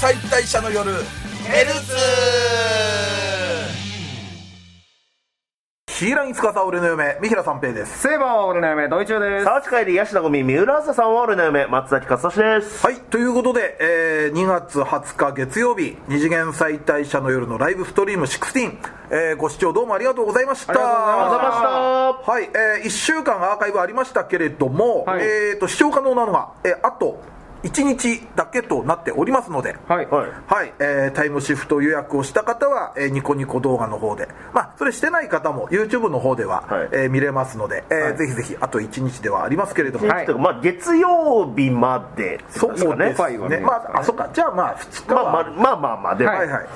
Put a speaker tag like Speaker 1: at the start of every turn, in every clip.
Speaker 1: 解体者の夜ヘルツシーラン司俺の嫁三平三平です
Speaker 2: セイバーは俺の嫁、ドイチューです。
Speaker 3: サーチ会でヤシナゴミ三浦朝さんは俺の嫁松崎勝利です
Speaker 1: はいということで、えー2月20日月曜日二次元再退者の夜のライブストリーム16、えーご視聴どうもありがとうございました
Speaker 2: ありがとうございました
Speaker 3: ました
Speaker 1: はい、えー、1週間アーカイブありましたけれども、
Speaker 2: はい
Speaker 1: えー、と視聴可能なのが、えーあと1日だけとなっておりますので、
Speaker 2: はい。
Speaker 3: はい
Speaker 1: はいえータイムシフト予約をした方は、えーニコニコ動画の方で、まあ、それしてない方も YouTube の方では、
Speaker 3: はい
Speaker 1: えー見れますので、えーぜひぜひあと1日ではありますけれども、
Speaker 2: はい
Speaker 3: てかまあ月曜日までってこ
Speaker 1: そ
Speaker 3: と
Speaker 1: うで
Speaker 3: で
Speaker 1: す
Speaker 3: すか
Speaker 1: ね
Speaker 3: ね
Speaker 2: そうですね
Speaker 1: まあ、あそうかじゃあまあ2日
Speaker 3: ま
Speaker 1: は、
Speaker 3: あまあまあまあまあでも、
Speaker 2: は
Speaker 1: はいはい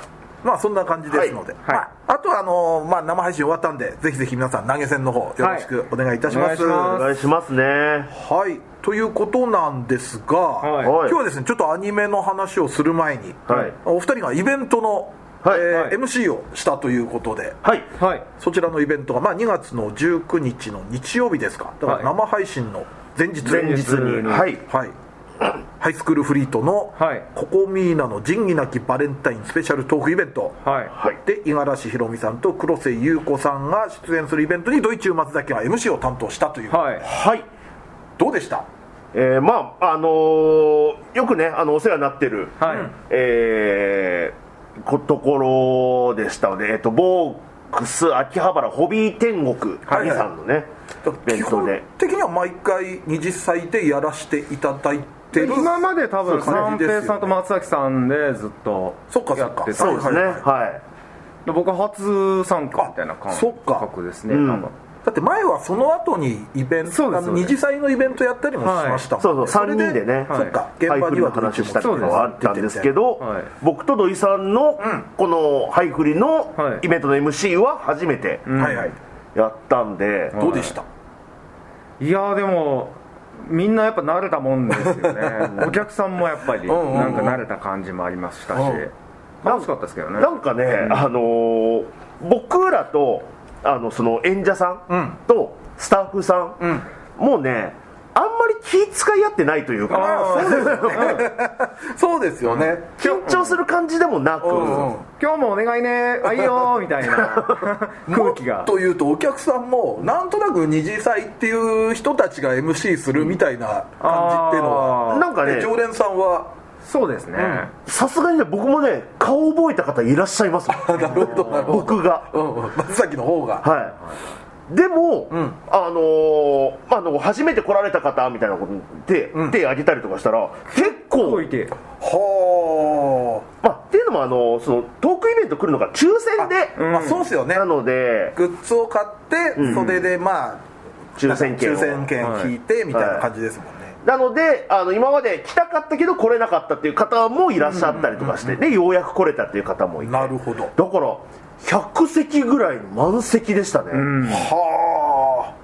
Speaker 1: まあそんな感じですので、
Speaker 2: はいは
Speaker 1: ま
Speaker 2: い
Speaker 1: あ、あとはあのーまあ、生配信終わったんでぜひぜひ皆さん投げ銭の方よろしくお願いいたします、
Speaker 2: はいお願いし
Speaker 3: お
Speaker 2: ま
Speaker 3: 願いしますね
Speaker 1: はい、ということなんですが、
Speaker 2: はい
Speaker 1: 今日はですねちょっとアニメの話をする前に、
Speaker 3: はい
Speaker 1: お二人がイベントの、
Speaker 3: はい
Speaker 1: えー
Speaker 2: はい
Speaker 1: MC をしたということで。
Speaker 3: はい
Speaker 2: はい。
Speaker 1: そちらのイベントが、まあ、2月の19日の日曜日ですかだから
Speaker 2: はい
Speaker 1: 生配信の前日
Speaker 3: 前日にはい
Speaker 1: はい、ハイスクールフリートの、
Speaker 2: はい
Speaker 1: ココミーナの仁義なきバレンタインスペシャルトークイベント、
Speaker 2: は
Speaker 3: はい
Speaker 1: で五十嵐ひろみさんと黒瀬優子さんが出演するイベントにドイツ松崎が MC を担当したという、
Speaker 2: い。はい。
Speaker 3: はい
Speaker 1: どうでした
Speaker 3: えーまああのーよくねあのお世話になってる、
Speaker 2: はい。
Speaker 3: えーこところでしたので、えっと、ボークス秋葉原ホビー天国
Speaker 1: はい
Speaker 3: 萩さんのね、イベ
Speaker 1: 基
Speaker 3: ント
Speaker 1: 本
Speaker 3: で
Speaker 1: 的には毎回20歳でやらせていただいてる
Speaker 2: 今まで多
Speaker 1: そう
Speaker 2: 分、
Speaker 1: ですね
Speaker 2: 三平さんと松崎さんでずっと
Speaker 1: そっかそっか
Speaker 2: やって
Speaker 1: は
Speaker 2: た
Speaker 1: い
Speaker 3: そう
Speaker 2: で
Speaker 3: です
Speaker 1: は
Speaker 3: ね
Speaker 1: い
Speaker 3: は
Speaker 1: はい
Speaker 3: い、
Speaker 2: 僕は初参加みたいな感
Speaker 1: あ
Speaker 2: じ
Speaker 1: そっか
Speaker 2: ですね。
Speaker 3: うん
Speaker 2: 多分
Speaker 1: だって前はその後にイベン
Speaker 2: そ
Speaker 1: ト
Speaker 2: うです
Speaker 1: あの
Speaker 2: そうです
Speaker 1: 二次祭のイベントやったりもしましたもんね、
Speaker 3: はいそうそう
Speaker 1: れ
Speaker 3: 三人でね
Speaker 1: そっか現
Speaker 3: ハイ
Speaker 1: 場
Speaker 3: フ
Speaker 1: に
Speaker 3: リの
Speaker 1: はどっち
Speaker 3: 話
Speaker 1: も
Speaker 3: したりとかはあったんですけど、
Speaker 2: はい
Speaker 3: 僕と土井さんの
Speaker 1: ん
Speaker 3: このハイフリの
Speaker 2: はい
Speaker 3: イベントの MC は初めて
Speaker 2: ん
Speaker 1: はいはい
Speaker 3: やったんで、
Speaker 1: どうでした、
Speaker 2: いやーでも、みんなやっぱ慣れたもんですよね。お客さんもやっぱり、
Speaker 1: うんうんうん
Speaker 2: なんか慣れた感じもありましたし
Speaker 1: うん、
Speaker 2: 楽しかったですけどね。
Speaker 3: なんかね、あのー僕らとあのその演者さ
Speaker 1: うん
Speaker 3: んとスタッフさん、もうねあんまり気遣い合ってないというか
Speaker 2: あーそう
Speaker 1: そ
Speaker 2: ですよね
Speaker 1: うですよね、
Speaker 3: 緊張する感じでもなく、
Speaker 1: うん
Speaker 2: 今日もお願いねあいい よーみたいな空気
Speaker 1: も
Speaker 2: が
Speaker 1: っと言うとお客さんもなんとなく二次祭っていう人たちが MC するみたいな感じっていうのは、
Speaker 2: あー
Speaker 3: なんか
Speaker 1: で
Speaker 3: ね
Speaker 1: 常連さんは
Speaker 2: そうですね、
Speaker 3: さすがにね僕もね顔覚えた方いらっしゃいますもん
Speaker 1: なるほどなるほど
Speaker 3: 僕が
Speaker 1: うんうん松崎の方が
Speaker 3: はいでも、
Speaker 1: ん
Speaker 3: あのーまああの初めて来られた方みたいなことで、
Speaker 1: うん
Speaker 3: 手挙げたりとかしたら結構
Speaker 2: 動いて
Speaker 1: は
Speaker 3: まあ、っていうのもあのそのトークイベント来るのが抽選で
Speaker 1: あ、まあ、そうですよね
Speaker 3: なので
Speaker 1: グッズを買って、
Speaker 3: うん
Speaker 1: それでまあ
Speaker 3: 抽選券を
Speaker 1: 抽選券
Speaker 2: はい
Speaker 1: 引いてみたいな感じですもんね、
Speaker 3: なのであの今まで来たかったけど来れなかったっていう方もいらっしゃったりとかして、でようやく来れたっていう方もいて
Speaker 1: なるほど
Speaker 3: だから100席ぐらいの満席でしたね、
Speaker 2: うん
Speaker 1: はあ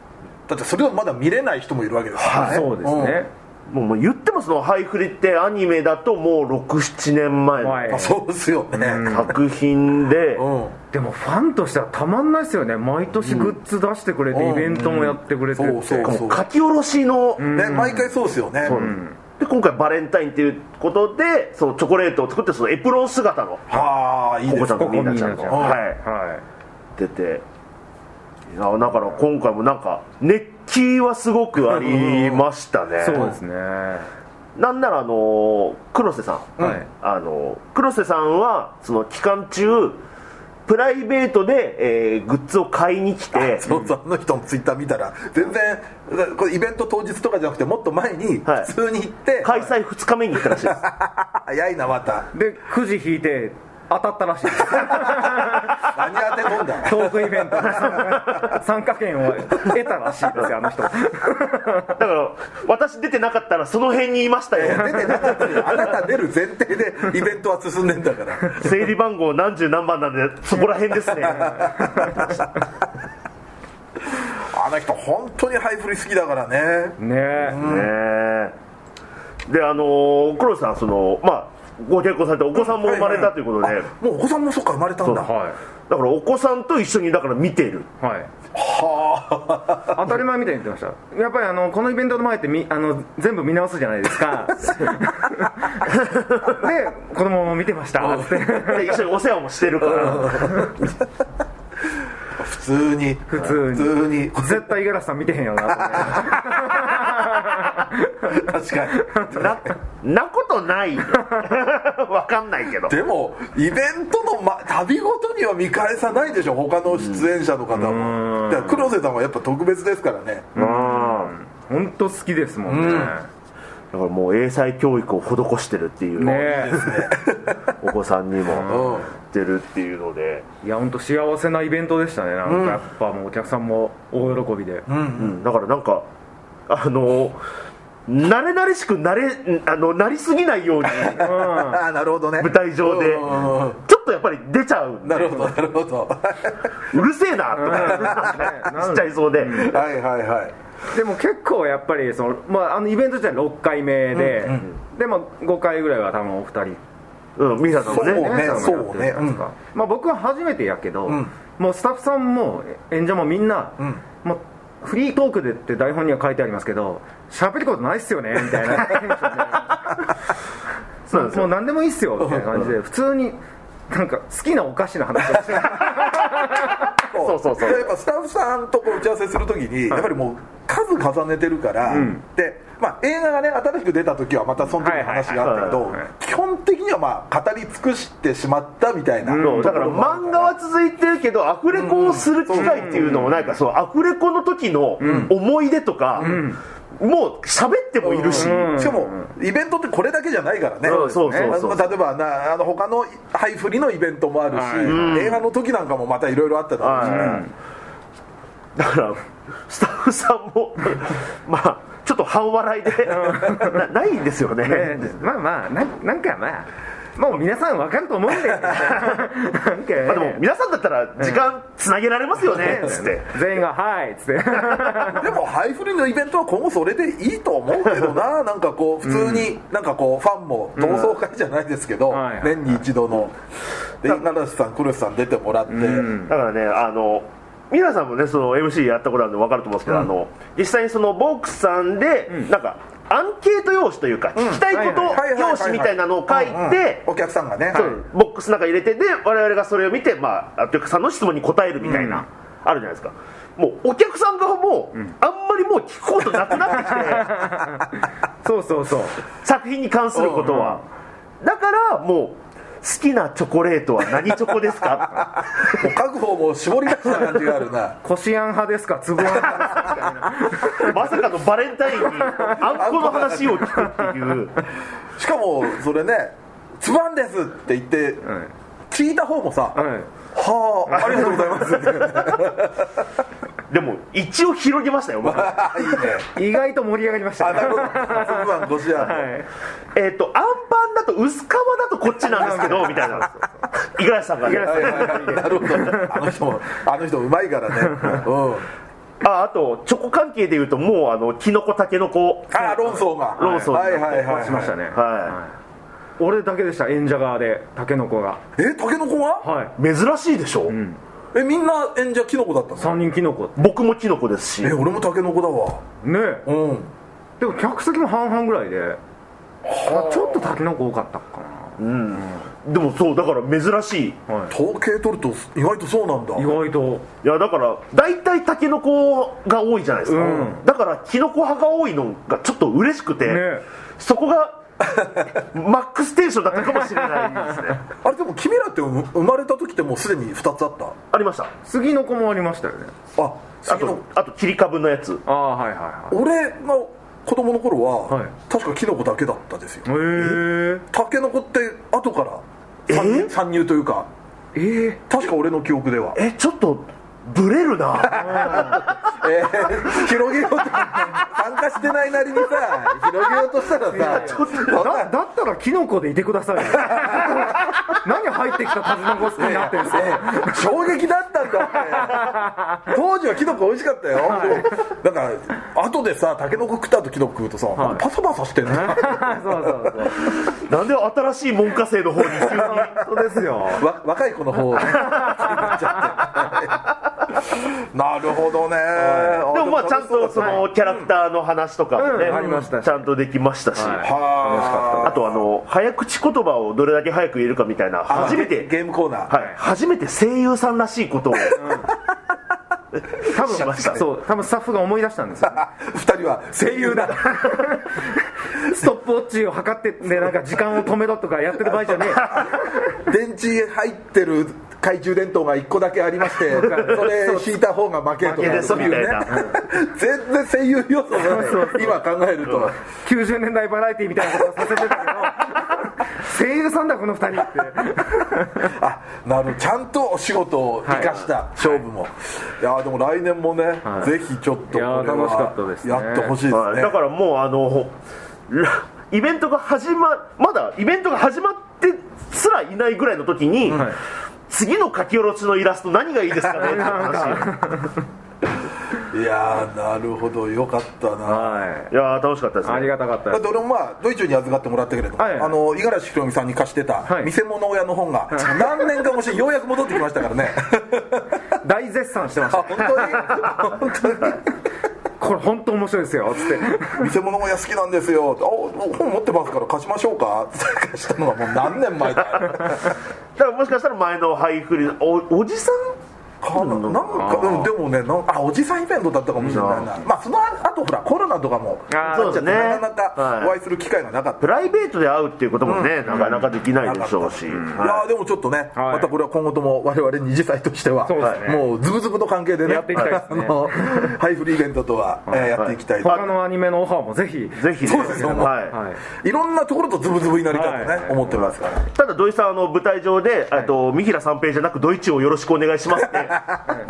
Speaker 1: だってそれをまだ見れない人もいるわけですからね
Speaker 2: そうですね、
Speaker 3: もうもう言ってもその「ハイフリ」ってアニメだともう67年前
Speaker 2: は
Speaker 3: の
Speaker 1: うんあそうですよね
Speaker 2: うん
Speaker 3: 作品で、
Speaker 1: うん、
Speaker 2: でもファンとしてはたまんないですよね毎年グッズ出してくれて、
Speaker 1: うん
Speaker 2: イベントもやってくれてって、
Speaker 1: うんそうそう
Speaker 3: もう書き下ろしの、
Speaker 1: ね毎回そうですよね、
Speaker 3: で今回バレンタインっていうことでそのチョコレートを作ってそのエプロン姿の
Speaker 1: はあいい
Speaker 3: コ
Speaker 1: で
Speaker 3: コち
Speaker 1: す
Speaker 3: ゃんとミーナちゃん
Speaker 2: コ
Speaker 3: と
Speaker 2: コミーナちゃん
Speaker 3: はい
Speaker 2: は
Speaker 3: 出ていやだから今回もなんか熱気はすごくありましたね
Speaker 2: いそうですね、
Speaker 3: なんならあの黒瀬さん、
Speaker 2: はい
Speaker 3: あの黒瀬さんはその期間中プライベートで、えーグッズを買いに来て
Speaker 1: そうそうあの人のツイッター見たら全然これイベント当日とかじゃなくてもっと前に
Speaker 3: はい
Speaker 1: 普通に行って、
Speaker 3: 開催2日目に行ったらしいです
Speaker 1: 早いなまた
Speaker 2: でくじ引いて当たったら しいです
Speaker 1: 何当て込んだ
Speaker 2: トークイベントに参加参加権を得たらしいですよあの人
Speaker 3: だから私出てなかったらその辺にいましたよ
Speaker 1: 出てなかったよあなた出る前提でイベントは進んでんだから
Speaker 3: 整理番号何十何番なんでそこら辺ですね
Speaker 1: あの人本当にハイフリ好きだからね
Speaker 2: ねえ、
Speaker 3: ねえであのー黒瀬さんそのまあご結婚されてお子さんも生まれたということで、
Speaker 1: ははあもうお子さんもそうか生まれたんだ
Speaker 3: そう
Speaker 1: は
Speaker 2: は
Speaker 3: だからお子さんと一緒にだから見ている
Speaker 2: いはい
Speaker 1: あ
Speaker 2: 当たり前みたいに言ってましたやっぱりあのこのイベントの前ってみあの全部見直すじゃないです かで子供も見てましたって
Speaker 3: で一緒にお世話もしてるから
Speaker 1: 普通に
Speaker 2: 普通に
Speaker 1: 普通に
Speaker 2: 絶対五十嵐さん見てへんよなと思って
Speaker 1: 確かに
Speaker 3: ななことないよ わかんないけど
Speaker 1: でもイベントの、ま、旅ごとには見返さないでしょ他の出演者の方も、だから黒瀬さんはやっぱ特別ですからね、
Speaker 3: うん
Speaker 2: 本当好きですもんね、
Speaker 3: だからもう英才教育を施してるっていう
Speaker 2: ね
Speaker 3: お子さんに
Speaker 1: うん
Speaker 3: も出るっていうので、
Speaker 2: えいや本当幸せなイベントでしたねなんかやっぱもうお客さんも大喜びで、
Speaker 3: うんだからなんかあの慣れ慣れしくなれあのなりすぎないように
Speaker 1: あ あなるほどね
Speaker 3: 舞台上で
Speaker 1: うんうんうん
Speaker 3: ちょっとやっぱり出ちゃうんで
Speaker 1: なるほどなるほど
Speaker 3: うるせえなと
Speaker 2: うんね
Speaker 3: かしちゃいそうで、
Speaker 1: はいはいはい
Speaker 2: でも結構やっぱりその、まあ、あのイベント自体6回目で、でも5回ぐらいは多分お二人
Speaker 3: うん、ミサさんもね
Speaker 1: そうね
Speaker 2: 多分やってるじゃないですか
Speaker 1: そうね
Speaker 2: まあ、僕は初めてやけど、
Speaker 1: ん
Speaker 2: もうスタッフさんも演者もみんな、
Speaker 1: ん
Speaker 2: もうフリートークでって台本には書いてありますけど喋ることないっすよねみたいなテンションで
Speaker 3: そうなんです
Speaker 2: もう
Speaker 3: よ
Speaker 2: 何でもいいっすよみたいな感じで普通になんか好きなお菓子の話をして
Speaker 3: そうそうそう
Speaker 1: やっぱスタッフさんとこう打ち合わせするときにやっぱりもう数重ねてるから、
Speaker 2: ん
Speaker 1: で、まあ、映画がね新しく出た時はまたその時の話があったけ
Speaker 3: はい
Speaker 1: ど
Speaker 3: はいはいはい
Speaker 1: 基本的にはまあ語り尽くしてしまったみたいな、
Speaker 3: そうだから漫画は続いてるけどアフレコをする機会っていうのもないからそうアフレコの時の思い出とか、もう喋ってもいるし、
Speaker 2: うん
Speaker 1: しかもイベントってこれだけじゃないからね
Speaker 3: そうそうそうそう
Speaker 1: あの例えばなあの他の配布リのイベントもあるし、映画の時なんかもまたいろいろあっただろうし、
Speaker 3: だからスタッフさんも まあちょっと半笑いで なないんですよね
Speaker 2: ね まあまあななんかまあもう皆さんわかると思うんですけどなんかね
Speaker 3: まあ、でも皆さんだったら時間つなげられますよねつって
Speaker 2: 全員が「はい」っつって
Speaker 1: でも配布リのイベントは今後それでいいと思うけど ななんかこう普通になんかこうファンも同窓会じゃないですけど、
Speaker 2: うんはい
Speaker 1: 年に一度ので五十嵐さん黒瀬さん出てもらって、
Speaker 3: だからねあの皆さんもねその MC やったことあるんで分かると思うんですけど、あの実際にそのボークスさんで、なんかアンケート用紙というか、聞きたいこと
Speaker 1: はいはいはいはい
Speaker 3: 用紙みたいなのを書いて、
Speaker 1: お客さんがね、
Speaker 3: そう
Speaker 1: はい
Speaker 3: ボックスの中に入れてで我々がそれを見て、まあ、お客さんの質問に答えるみたいな、あるじゃないですかもうお客さん側も、あんまりもう聞くことなくなってきて。
Speaker 2: そうそうそう
Speaker 3: 作品に関することは、だからもう好きなチョコレートは何チョコですか
Speaker 1: もう各方も絞り出した感じがあるな
Speaker 2: こしあん派ですかつぶあん派です か
Speaker 3: まさかのバレンタインにあんこの話を聞くっていう
Speaker 1: しかもそれね「つばんです」って言って、聞いた方もさ「
Speaker 2: はい
Speaker 1: はあありがとうございます」っていうね
Speaker 3: でも一応広げましたよ、僕
Speaker 1: あ いいね
Speaker 2: 意外と盛り上がりまし
Speaker 1: あ
Speaker 2: た
Speaker 1: な
Speaker 2: ね
Speaker 1: るほ どつばんご試合、
Speaker 2: はい
Speaker 3: えっとあんパンだと薄皮だとこっちなんですけどみたいな五十嵐さんが、ね
Speaker 2: 五、
Speaker 1: はい
Speaker 2: 十
Speaker 1: はいはいなるほどあの人もあの人うまいからねうん
Speaker 3: ああとチョコ関係でいうともうあのキノコタケノコ
Speaker 1: あ論争が
Speaker 3: 論争
Speaker 1: はいはいはい
Speaker 2: 嵐さんしましたね
Speaker 3: い
Speaker 2: はい俺だけでした演者側でタケノコが
Speaker 1: えタケノコは
Speaker 2: はい
Speaker 3: 珍しいでしょ、
Speaker 1: えみんな演者キノコだったの
Speaker 2: 3人キノコ
Speaker 3: 僕もキノコですし
Speaker 1: え俺もタケノコだわ
Speaker 2: ねえ
Speaker 1: うん
Speaker 2: でも客席も半々ぐらいであちょっとタケノコ多かったか
Speaker 3: でもそうだから珍しい
Speaker 2: な、はい、
Speaker 1: 統計取ると意外とそうなんだ
Speaker 2: 意外と
Speaker 3: いやだから大体タケノコが多いじゃないですか、
Speaker 2: うん
Speaker 3: だからキノコ派が多いのがちょっと嬉しくて、
Speaker 2: ね
Speaker 3: そこが マックステーションだったかもしれないですね
Speaker 1: あれでも君らって生生まれた時ってもうすでに2つあった
Speaker 3: ありました
Speaker 2: 杉の子もありましたよね
Speaker 1: あ
Speaker 3: あ
Speaker 1: 次の
Speaker 3: とあと切り株のやつ
Speaker 2: ああはいはいはい
Speaker 1: 俺が子供の頃は、
Speaker 2: はい
Speaker 1: 確かキノコだけだったですよ
Speaker 2: へ
Speaker 1: タケノコって後から参入
Speaker 3: え
Speaker 1: 参入というか
Speaker 2: えええ
Speaker 1: 確か俺の記憶では
Speaker 3: えちょっとブレ るな
Speaker 1: えー広げようと参加してないなりにさ広げようとしたらさちょっと
Speaker 2: だだったらキノコでいてくださいよ何入ってきたタケノコ好きになってるんですか
Speaker 1: 衝撃だったんだって当時はキノコ美味しかったよ、だから後でさタケノコ食った後キノコ食うとさ、
Speaker 2: い
Speaker 1: パサパサしてんね
Speaker 2: そうそうそう
Speaker 3: なんで新しい文科生の方に急に
Speaker 2: そうですよ
Speaker 1: わ 若い子の方をね気になっちゃってなるほどね
Speaker 3: まあちゃんとそのキャラクターの話とかもね、
Speaker 2: うんありましたし
Speaker 3: ちゃんとできましたし、
Speaker 2: はい
Speaker 1: は
Speaker 3: あとあの早口言葉をどれだけ早く言えるかみたいな
Speaker 1: あ
Speaker 3: 初めて
Speaker 1: ゲームコーナー
Speaker 3: はい、初めて声優さんらしいことを、
Speaker 2: 多
Speaker 3: しました
Speaker 2: 分
Speaker 3: ね
Speaker 2: そう多分スタッフが思い出したんですよ
Speaker 1: 二人は声優だ
Speaker 2: ストップウォッチを測ってでなんか時間を止めろとかやってる場合じゃね
Speaker 1: 電池入ってる懐中電灯が1個だけありま してそれ引いた方が負けと
Speaker 3: 負け
Speaker 1: か
Speaker 3: です
Speaker 1: そういうね
Speaker 3: みた
Speaker 1: 全然声優要素がない今考えると
Speaker 2: え90年代バラエティみたいなことをさせてたけど声優さんだこの2人って
Speaker 1: あなるほどちゃんとお仕事を生かした勝負も、い、やーでも来年もね、
Speaker 2: はい
Speaker 1: ぜひちょっとこれ
Speaker 2: いやー楽しかった
Speaker 1: は
Speaker 2: ですね
Speaker 1: やってほしいですね
Speaker 3: はいだからもうあのらイベントが始ままだイベントが始まってすらいないぐらいの時に、
Speaker 2: はい
Speaker 3: 次の書き下ろしのイラスト何がいいですかねっていう
Speaker 2: なん
Speaker 3: 話
Speaker 2: か
Speaker 1: いやーなるほどよかったな、
Speaker 2: はい
Speaker 3: いやー楽しかったですね
Speaker 2: ありがたかった
Speaker 1: だ
Speaker 2: で
Speaker 1: っ
Speaker 2: す
Speaker 1: て俺もまあドイツに預かってもらったけれども、
Speaker 2: はいはい
Speaker 1: あの五十嵐ひろみさんに貸してた
Speaker 2: は
Speaker 1: 「
Speaker 2: い
Speaker 1: 見せ物親」の本が何年か越しにようやく戻ってきましたからね
Speaker 2: 大絶賛してまし
Speaker 1: あ
Speaker 2: た
Speaker 1: 本当に本当に
Speaker 2: これ本当面白いですよつって
Speaker 1: 見せ物親好きなんですよあ本持ってますから貸しましょうかって貸したのがもう何年前だよ
Speaker 3: だからもしかしたら前の配布におおじさん
Speaker 1: かななんかうんでもねなんかあおじさんイベントだったかもしれないな、まあそのあとほらコロナとかも
Speaker 2: あー
Speaker 1: そうですね
Speaker 3: そうです
Speaker 1: な
Speaker 3: ね
Speaker 1: かなか
Speaker 3: はい
Speaker 1: お会いする機会がなかった
Speaker 3: プライベートで会うっていうこともね、なかなかできないでしょうし、
Speaker 1: い
Speaker 3: はい
Speaker 1: やーでもちょっとね、またこれは今後とも我々二次祭としては
Speaker 2: そうですね
Speaker 1: もうズブズブの関係でね
Speaker 2: やっていきたいですね
Speaker 1: あのハイフリーイベントとは、えーやっていきたいと、
Speaker 2: 他のアニメのオファーもぜひ
Speaker 3: ぜひね
Speaker 1: そうですよもう
Speaker 3: はい
Speaker 2: はい
Speaker 1: い、ろんなところとズブズブになりたいとね、
Speaker 2: はい
Speaker 1: 思ってますから
Speaker 3: ただ土井さんあの舞台上で、えっと三平三平じゃなくドイツをよろしくお願いしますって、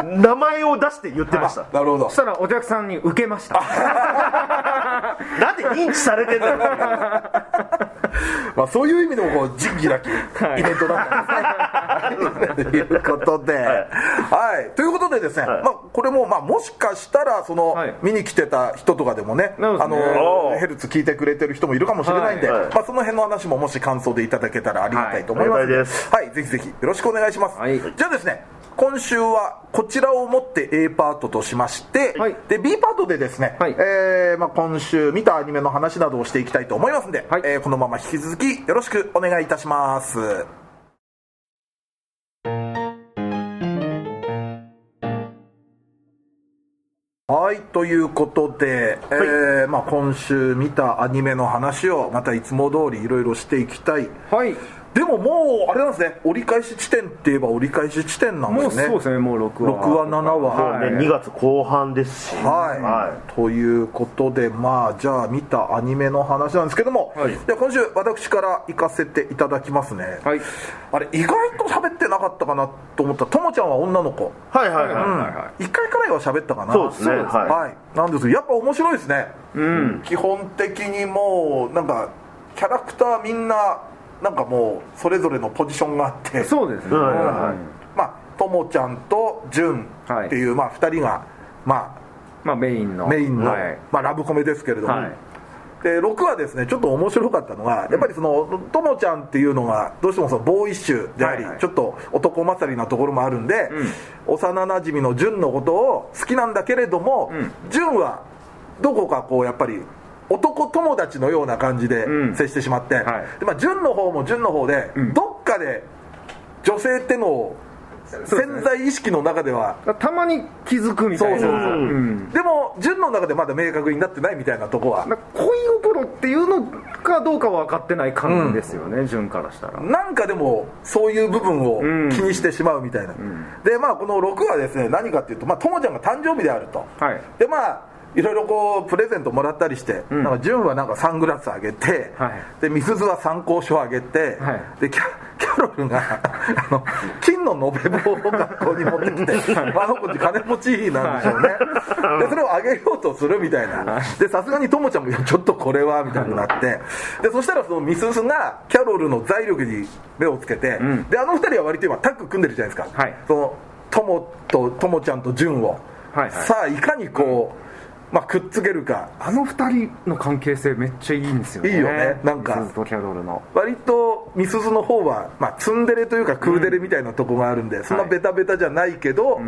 Speaker 3: 名前を出して言ってました、
Speaker 1: なるほど
Speaker 2: そしたらお客さんに受けました
Speaker 3: なんで認知されてんだろう
Speaker 1: まあ、そういう意味でもこう仁義なきイベントだったんですね。ということで、はい
Speaker 3: い
Speaker 1: ということでですね、
Speaker 3: はい
Speaker 1: まあ、これも、まあ、もしかしたらその、
Speaker 2: はい
Speaker 1: 見に来てた人とかでもね
Speaker 2: なる
Speaker 1: あ
Speaker 2: ほどね
Speaker 1: の
Speaker 3: おー
Speaker 1: ヘルツ聞いてくれてる人もいるかもしれないんで、
Speaker 3: はいはい
Speaker 1: まあ、その辺の話ももし感想でいただけたらありがたいと思いま
Speaker 3: はい
Speaker 1: すので,、
Speaker 3: あり
Speaker 1: は
Speaker 3: が
Speaker 1: い
Speaker 3: たいです
Speaker 1: ぜひぜひよろしくお願いします、
Speaker 2: はい
Speaker 1: じゃあですね今週はこちらをもって A パートとしまして、
Speaker 2: はい
Speaker 1: で B パートでですね、
Speaker 2: はい
Speaker 1: えーまあ、今週見たアニメの話などをしていきたいと思いますんで、
Speaker 2: はい
Speaker 1: えーこのまま引き続きよろしくお願いいたしますはいということで、えーまあ、今週見たアニメの話をまたいつも通りいろいろしていきたい
Speaker 2: はい
Speaker 1: でももうあれなんですね折り返し地点っていえば折り返し地点なん
Speaker 2: も
Speaker 1: で
Speaker 2: う
Speaker 1: すね
Speaker 2: そうですねもう6話
Speaker 1: 6話7話
Speaker 2: はい
Speaker 3: ね、2月後半ですし、
Speaker 1: はい、
Speaker 3: は
Speaker 1: ということでまあじゃあ見たアニメの話なんですけども、
Speaker 2: はい
Speaker 1: じゃあ今週私から行かせていただきますね、
Speaker 2: はい
Speaker 1: あれ意外と喋ってなかったかなと思ったともちゃんは女の子
Speaker 3: い、はいはいはい
Speaker 2: うん
Speaker 1: 1回くらいは喋ったかな
Speaker 3: そうですね
Speaker 1: はい、
Speaker 3: は
Speaker 1: なんですけどやっぱ面白いですね、
Speaker 2: うん
Speaker 1: 基本的にもうなんかキャラクターみんななんかもうそれぞれのポジションがあって
Speaker 2: そうですね
Speaker 3: うん
Speaker 2: はい
Speaker 1: まあともちゃんとじゅんっていう、まあ2人がまあ
Speaker 2: まあメインの
Speaker 1: メインの、
Speaker 2: はい
Speaker 1: まあ、ラブコメですけれども、
Speaker 2: はい
Speaker 1: で6はですねちょっと面白かったのがやっぱりそのともちゃんっていうのがどうしてもそのボーイッシュであり、
Speaker 2: はいはい
Speaker 1: ちょっと男勝りなところもあるんで、幼なじみの純のことを好きなんだけれども、
Speaker 2: ん
Speaker 1: 純はどこかこうやっぱり男友達のような感じで
Speaker 2: うん
Speaker 1: 接してしまって、
Speaker 2: い
Speaker 1: でまあ、純の方も純の方で、
Speaker 2: ん
Speaker 1: どっかで女性ってのを
Speaker 2: そうですね
Speaker 1: 潜在意識の中では
Speaker 2: だからたまに気づくみたいな
Speaker 1: そうそうそう
Speaker 2: うん
Speaker 1: でも純の中でまだ明確になってないみたいなとこは
Speaker 2: だから恋心っていうのかどうかは分かってない感じですよね純からしたら
Speaker 1: なんかでもそういう部分を
Speaker 2: うん
Speaker 1: 気にしてしまうみたいな、でまあこの6はですね何かっていうとまあともちゃんが誕生日であると、
Speaker 2: はい
Speaker 1: でまあいろいろこうプレゼントもらったりして、
Speaker 2: ん
Speaker 1: なんか純はなんかサングラスあげて、
Speaker 2: はい
Speaker 1: でみすずは参考書あげて、
Speaker 2: はい
Speaker 1: でキャキャロルが あの金の延べ棒を学校に持ってきて、あの子金持ちなんでしょうね、でそれをあげようとするみたいなでさすがにともちゃんもいやちょっとこれはみたいになってでそしたらそのみすずがキャロルの財力に目をつけて、
Speaker 2: ん
Speaker 1: であの二人は割と今タッグ組んでるじゃないですか、
Speaker 2: はい
Speaker 1: そのともとともちゃんと純を、
Speaker 2: はいはい
Speaker 1: さあいかにこう、まあ、くっつけるか
Speaker 2: あの二人の関係性めっちゃいいんですよね
Speaker 1: いいよねなんか
Speaker 2: ミスズとキャロルの
Speaker 1: 割とみすずの方は、まあ、ツンデレというかクーデレみたいなとこがあるんで、そんなベタベタじゃないけど、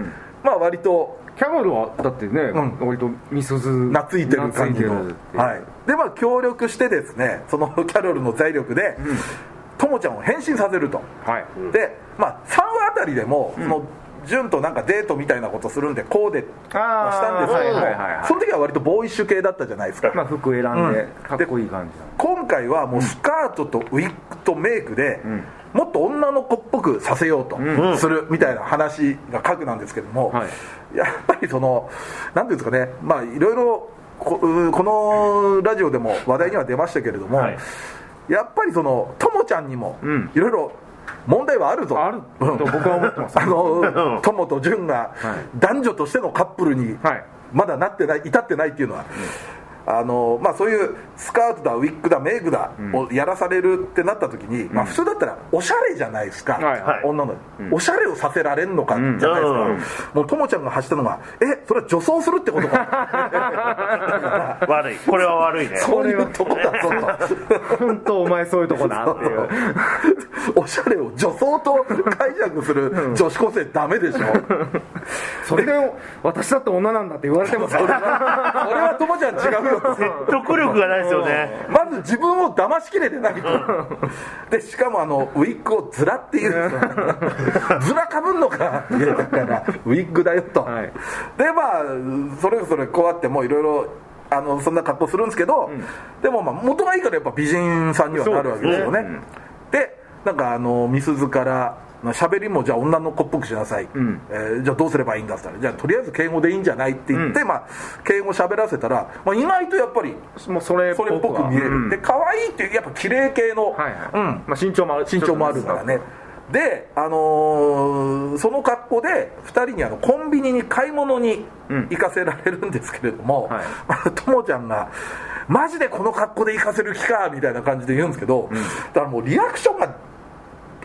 Speaker 1: まあ割と
Speaker 2: キャロルはだってね、
Speaker 1: ん
Speaker 2: 割とみそず
Speaker 1: 懐いてる感じの
Speaker 2: 懐いてるっていう
Speaker 1: はい、でまあ協力してですねその キャロルの財力で、ともちゃんを変身させると、
Speaker 2: はい
Speaker 1: で、まあ、3話あたりでも、その純となんかデートみたいなことするんでこうで
Speaker 2: あー
Speaker 1: したんですけども、
Speaker 2: はいはいはい
Speaker 1: その時は割とボーイッシュ系だったじゃないですか、
Speaker 2: まあ服選んでかっこいい感じ
Speaker 1: 今回はもうスカートとウィッグとメイクで、
Speaker 2: ん
Speaker 1: もっと女の子っぽくさせようと
Speaker 2: うん
Speaker 1: するみたいな話が核なんですけども、
Speaker 2: はい
Speaker 1: やっぱりその何ていうんですかねまあいろいろこうこのラジオでも話題には出ましたけれども、
Speaker 3: はい
Speaker 1: やっぱりそのともちゃんにも
Speaker 2: うん
Speaker 1: いろいろ問題はあるぞ、
Speaker 2: あると僕は思ってます
Speaker 1: あの友と純が
Speaker 2: い
Speaker 1: 男女としてのカップルに
Speaker 2: はい
Speaker 1: まだなってない至ってないっていうのは、あのまあ、そういうスカートだウィッグだメイクだをやらされるってなった時に、まあ、普通だったらおしゃれじゃないですか、
Speaker 2: はいはい
Speaker 1: 女の子に、おしゃれをさせられんのかじゃないですか、
Speaker 3: うん
Speaker 1: もうともちゃんが発したのがえそれは女装するってこと か
Speaker 3: 悪いこれは悪いね
Speaker 1: そういうとこだぞ
Speaker 2: 本当お前そういうとこだ
Speaker 1: と
Speaker 2: っていう
Speaker 1: おしゃれを女装と解釈する女子高生ダメでし ょ
Speaker 2: それで私だって女なんだって言われても
Speaker 1: それはそれはともちゃん違うよと
Speaker 3: 説得力がないですよね
Speaker 1: まず自分を騙しきれてないとでしかもあのウィッグをずらっていうずらかぶんのかっていうからウィッグだよと、
Speaker 2: はい
Speaker 1: でまあそれぞれこうやってもういろいろあのそんな格好するんですけど、でもまあ元がいいからやっぱ美人さんにはなるわけですよねでなんかあのみすずからまあ喋りもじゃあ女の子っぽくしなさい、
Speaker 2: ん
Speaker 1: えーじゃあどうすればいいんだって言ったらじゃあとりあえず敬語でいいんじゃないって言って、まあ、敬語喋らせたら、まあ、意外とやっぱり
Speaker 2: もうそれ
Speaker 1: それっぽく見える、
Speaker 2: うん
Speaker 1: で可愛いっていうやっぱ綺麗系の、
Speaker 2: はいはい、
Speaker 1: うん
Speaker 2: まあ、身長もある
Speaker 1: 身長もあるからねで、あのーその格好で2人にあのコンビニに買い物に
Speaker 2: うん
Speaker 1: 行かせられるんですけれども
Speaker 2: はい
Speaker 1: あのとも、ちゃんが「マジでこの格好で行かせる気か」みたいな感じで言うんですけど、だからもうリアクションが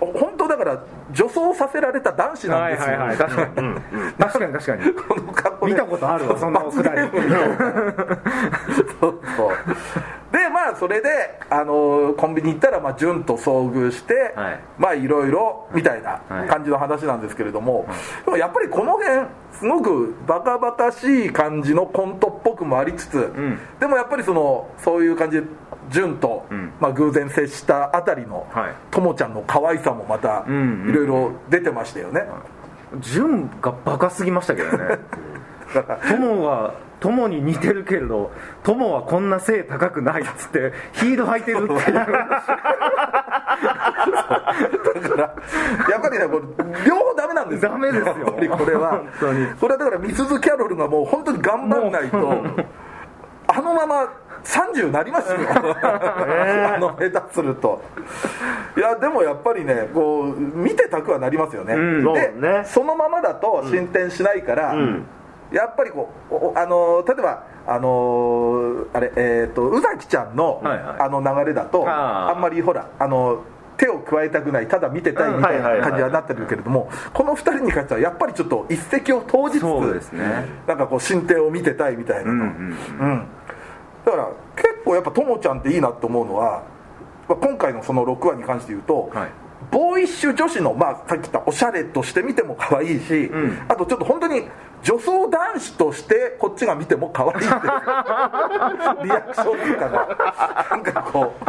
Speaker 1: 本当だから女装させられた男子なん
Speaker 2: は
Speaker 1: で
Speaker 2: い
Speaker 1: すよ、
Speaker 2: はいはい確かに、確かに確かに
Speaker 1: この格好で
Speaker 2: 見たことあるわそんなおくだり
Speaker 1: 罰ゲームみたいなそうそうでまあそれで、あのーコンビニ行ったら、まあ、純と遭遇して、
Speaker 2: はい
Speaker 1: まあいろいろみたいな
Speaker 2: はい
Speaker 1: 感じの話なんですけれども、でもやっぱりこの辺すごくバカバカしい感じのコントっぽくもありつつ、
Speaker 2: ん
Speaker 1: でもやっぱりそのそういう感じで純と、
Speaker 2: ん
Speaker 1: まあ、偶然接したあたりの、
Speaker 2: はい
Speaker 1: ともちゃんの可愛さもまた
Speaker 2: んうん
Speaker 1: いろいろ出てましたよね、
Speaker 2: 純がバカすぎましたけどね友は友に似てるけれど友はこんな背高くないっつってヒール履いてるっていう
Speaker 1: だからやっぱりねこれ両方ダメなんですよ
Speaker 2: ダメですよ
Speaker 1: や っぱりこれは
Speaker 2: 本当に
Speaker 1: これはだからミスズ・キャロルがもう本当に頑張んないとあのまま30になりますよあの下手するといやでもやっぱりねこう見てたくはなりますよね、
Speaker 2: ん
Speaker 1: で
Speaker 3: そうね
Speaker 1: そのままだと進展しないから、
Speaker 3: ん
Speaker 1: やっぱりこうおあの例えばあのあれえっ、と宇崎ちゃんの、
Speaker 2: はいはい
Speaker 1: あの流れだと
Speaker 2: あー
Speaker 1: あんまりほらあの手を加えたくないただ見てたいみたいな感じはなってるけれどもこの2人に関してはやっぱりちょっと一石を投じつつ
Speaker 2: そうですね
Speaker 1: なんかこう進展を見てたいみたいなの、うんだから結構やっぱともちゃんっていいなと思うのはまあ今回のその6話に関して言うと、
Speaker 2: はい
Speaker 1: ボーイッシュ女子の、まあ、さっき言ったおしゃれとして見ても可愛いし、
Speaker 2: ん
Speaker 1: あとちょっと本当に女装男子としてこっちが見ても可愛いっていうリアクションというかがなんかこう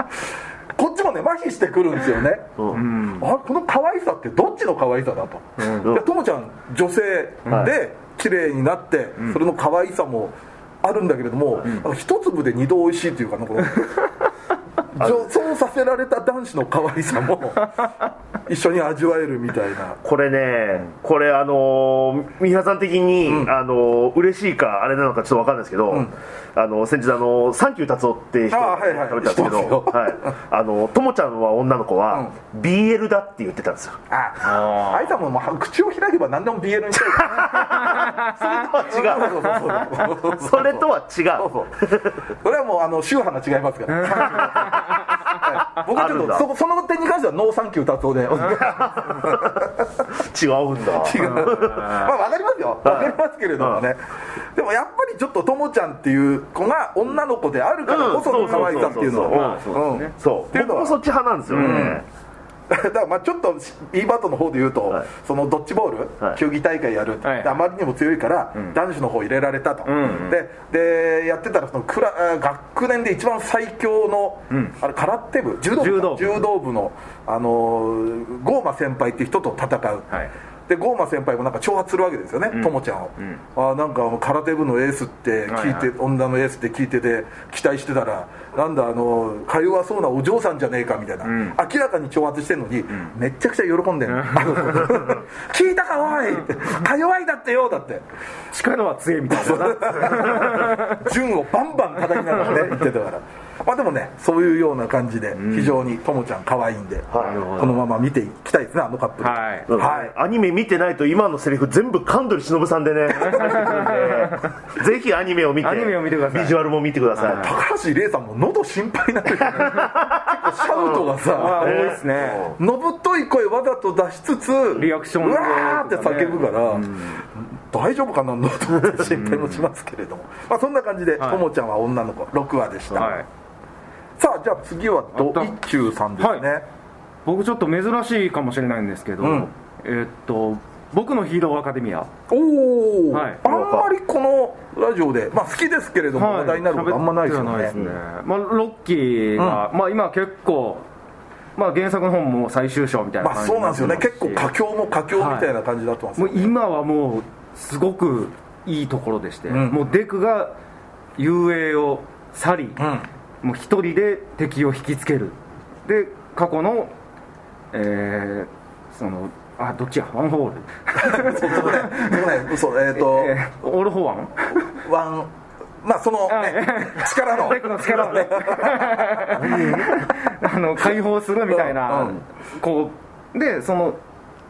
Speaker 1: こっちもね麻痺してくるんですよね、あこの可愛さってどっちの可愛さだと、
Speaker 3: ん
Speaker 1: いやともちゃん女性
Speaker 3: は
Speaker 1: で綺麗になって、それの可愛さもあるんだけれども、なんか一粒で二度美味しいというかなんかこの女装させられた男子の可愛さ も一緒に味わえるみたいな
Speaker 3: これね、これあのー、三輪さん的に、あのー嬉しいかあれなのかちょっとわかんないですけど、あの先日あのサンキュー達夫って人
Speaker 1: あーはいはい
Speaker 3: 食べたんですけ
Speaker 1: 知って
Speaker 3: ど、
Speaker 1: ま
Speaker 3: はい、あのともちゃんは女の子は、BL だって言ってたんですよ。
Speaker 1: ああいつはもうまあ口を開けば何でも BL にしちゃ
Speaker 3: それとは
Speaker 1: うから
Speaker 3: 違う。それとは違
Speaker 1: そう
Speaker 3: う。
Speaker 1: そうそれはもうあの宗派が違いますからはい僕はちょっと
Speaker 3: あるん
Speaker 1: そその点に関してはノーサンキュー達夫でお願いします 違うまあ分か
Speaker 3: 違うんだ。
Speaker 1: りますよ分かりますけれどもねでもやっぱりちょっとともちゃんっていう子が女の子であるからこその可愛さっていうの
Speaker 3: うんそうそうそうそう
Speaker 1: を
Speaker 2: まあそうですね
Speaker 1: っ
Speaker 3: そ
Speaker 1: て
Speaker 3: う。
Speaker 1: いうの
Speaker 3: 僕
Speaker 1: は
Speaker 3: もそっち派なんですよね。
Speaker 1: だからまあちょっと B バートの方で言うと、
Speaker 3: はい
Speaker 1: そのドッジボール、
Speaker 3: はい
Speaker 1: 球技大会やる、
Speaker 2: はい
Speaker 1: であまりにも強いから、
Speaker 2: ん
Speaker 1: 男子の方入れられたと、
Speaker 2: んうん
Speaker 1: ででやってたらそのクラあー学年で一番最強の、
Speaker 2: ん
Speaker 1: あれ空手部柔道部
Speaker 2: 柔道部
Speaker 1: 部の、あのーゴーマ先輩っていう人と戦う、
Speaker 2: はい
Speaker 1: でゴーマ先輩もなんか挑発するわけですよね、ともちゃんを、
Speaker 2: うん
Speaker 1: あーなんか空手部のエースって聞い
Speaker 2: は
Speaker 1: て、
Speaker 2: いはい
Speaker 1: 女のエースって聞いてて期待してたらなんだあのか弱そうなお嬢さんじゃねえかみたいな、
Speaker 2: ん
Speaker 1: 明らかに挑発してるのに、めっちゃくちゃ喜んでる、あ の子聞いたかおいか弱いだってよだって
Speaker 2: 力は強いみたいな
Speaker 1: 順をバンバン叩きながらね言ってたからまあでもねそういうような感じで非常にともちゃん可愛いんで、
Speaker 3: はい
Speaker 1: このまま見ていきたいですねあのカップル
Speaker 2: はい
Speaker 3: うん
Speaker 1: はい
Speaker 3: アニメ見てないと今のセリフ全部神取忍さんで ねぜひアニメを見て
Speaker 2: アニメを見てください
Speaker 3: ビジュアルも見てください、
Speaker 1: 高橋礼さんも喉心配になってるよね結構シャウトがさ、
Speaker 2: ああ多いですね
Speaker 1: のぶとい声わざと出しつつ
Speaker 2: リアクション
Speaker 1: う
Speaker 2: で
Speaker 1: わーって
Speaker 2: とかね
Speaker 1: 叫ぶから、大丈夫かなのと思って心配もしますけれども、まあ、そんな感じで、
Speaker 2: はい
Speaker 1: ともちゃんは女の子6話でした、
Speaker 2: はい
Speaker 1: さあじゃあ次はド
Speaker 2: あった
Speaker 1: 一休さんですね、
Speaker 2: 僕ちょっと珍しいかもしれないんですけど、
Speaker 1: うん
Speaker 2: えーっと僕のヒーローアカデミア
Speaker 1: おお、
Speaker 2: はい
Speaker 1: あんまりこのラジオで、まあ、好きですけれども、話題になることあんまないですよね
Speaker 2: 喋ってはないですねまあ、ロッキーが、まあ、今結構、まあ、原作の本も最終章みたいな
Speaker 1: まあ
Speaker 2: 感じ
Speaker 1: そうなんですよね
Speaker 2: にって
Speaker 1: 結
Speaker 2: ま
Speaker 1: 構
Speaker 2: し
Speaker 1: 佳境も佳境みたいな感じだと思うんですよ、
Speaker 2: もう今はもうすごくいいところでして、
Speaker 1: ん
Speaker 2: もうデクが遊泳を去り、
Speaker 1: うん
Speaker 2: もう一人で敵を引きつけるで過去のえーそのあどっちやワンホール
Speaker 1: そうねそうね嘘えっ、と、
Speaker 2: えーオールフォーワン
Speaker 1: ワンまあその、ね、力 の
Speaker 2: デクの力をねあの解放するみたいな、
Speaker 1: うん
Speaker 2: こうでその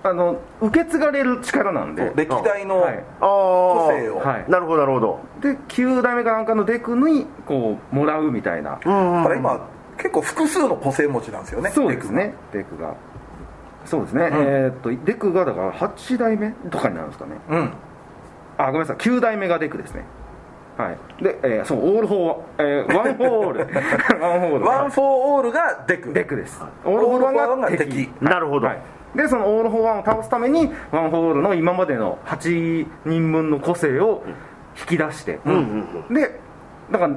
Speaker 2: あの受け継がれる力なんで
Speaker 1: 歴代の、
Speaker 2: はい
Speaker 3: ああ
Speaker 1: 個性を
Speaker 2: はい
Speaker 3: なるほどなるほど
Speaker 2: で9代目かなんかのデクにこうもらうみたいな
Speaker 1: だから今結構複数の個性持ちなんですよね
Speaker 2: そうですねデクがそうですね、えーっとデクがだから8代目とかになるんですかね
Speaker 1: デクがうん
Speaker 2: あごめんなさい9代目がデクですねはいで、えーそうオールフォー、えーワンフォー オールワンフォーオール
Speaker 1: ワン・フォー・オールがデク
Speaker 2: デクですオ
Speaker 1: オ
Speaker 2: ールフォーワ
Speaker 1: ー
Speaker 2: ンが
Speaker 1: ル
Speaker 2: 敵
Speaker 3: なるほど、
Speaker 2: はいでそのオール・フォー・ワンを倒すためにワン・フォー・オールの今までの8人分の個性を引き出して、
Speaker 3: うんうん
Speaker 2: でだから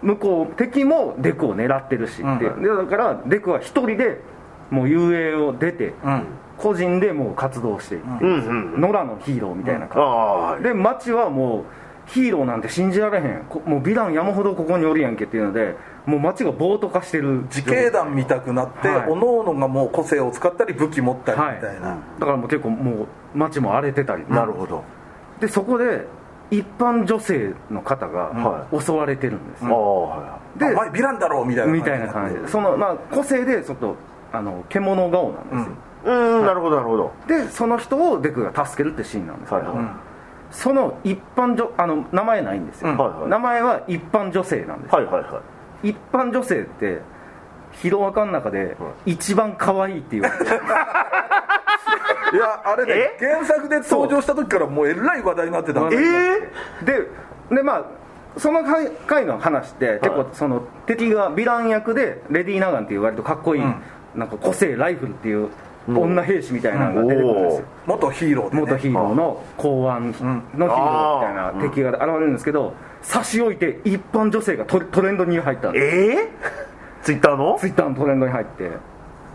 Speaker 2: 向こう敵もデクを狙ってるしって、
Speaker 1: うん
Speaker 2: でだからデクは一人でもう遊泳を出て、
Speaker 1: うん
Speaker 2: 個人でもう活動していって、
Speaker 3: うんうんうん
Speaker 2: 野良のヒーローみたいな
Speaker 3: あ
Speaker 2: 感
Speaker 3: あ
Speaker 2: じ、で街はもうヒーローなんて信じられへんこもう美談山ほどここにおるやんけっていうのでもう街が暴徒化してる
Speaker 1: 自警団みたくなって、
Speaker 2: はい
Speaker 1: おのおのがもう個性を使ったり武器持ったりみたいな、
Speaker 2: だからもう結構もう街も荒れてたり
Speaker 3: なるほど、
Speaker 2: でそこで一般女性の方が
Speaker 3: は
Speaker 2: 襲われてるんです、
Speaker 3: ああは
Speaker 1: でお
Speaker 2: で
Speaker 1: 前ヴィランだろうみたいな
Speaker 2: みたいな感じでそのまあ個性でちょっとあの獣顔なんですよ、
Speaker 3: いうんなるほどなるほど
Speaker 2: でその人をデクが助けるってシーンなんですけど、
Speaker 3: はいはい
Speaker 2: その一般女あの名前ないんですよ、
Speaker 1: うん
Speaker 3: はいはい
Speaker 2: 名前は一般女性なんです、
Speaker 3: はいはいはい
Speaker 2: 一般女性ってヒロアカの中で一番可愛いって言われてる、
Speaker 1: いやあれね
Speaker 3: え
Speaker 1: 原作で登場した時からもうえらい話題になってたん
Speaker 2: え
Speaker 1: で
Speaker 2: ででまあその回回の話って結構その敵がヴィラン役でレディー・ナガンっていう割とかっこいい、
Speaker 1: うん
Speaker 2: なんか個性ライフルっていう女兵士みたいなのが出てくるんですよ、
Speaker 1: 元ヒーローで、ね、
Speaker 2: 元ヒーローの公安のヒーローみたいな敵が現れるんですけど差し置いて一般女性がトレトレンドに入ったんです
Speaker 3: ええツイッターの
Speaker 2: ツイッターのトレンドに入って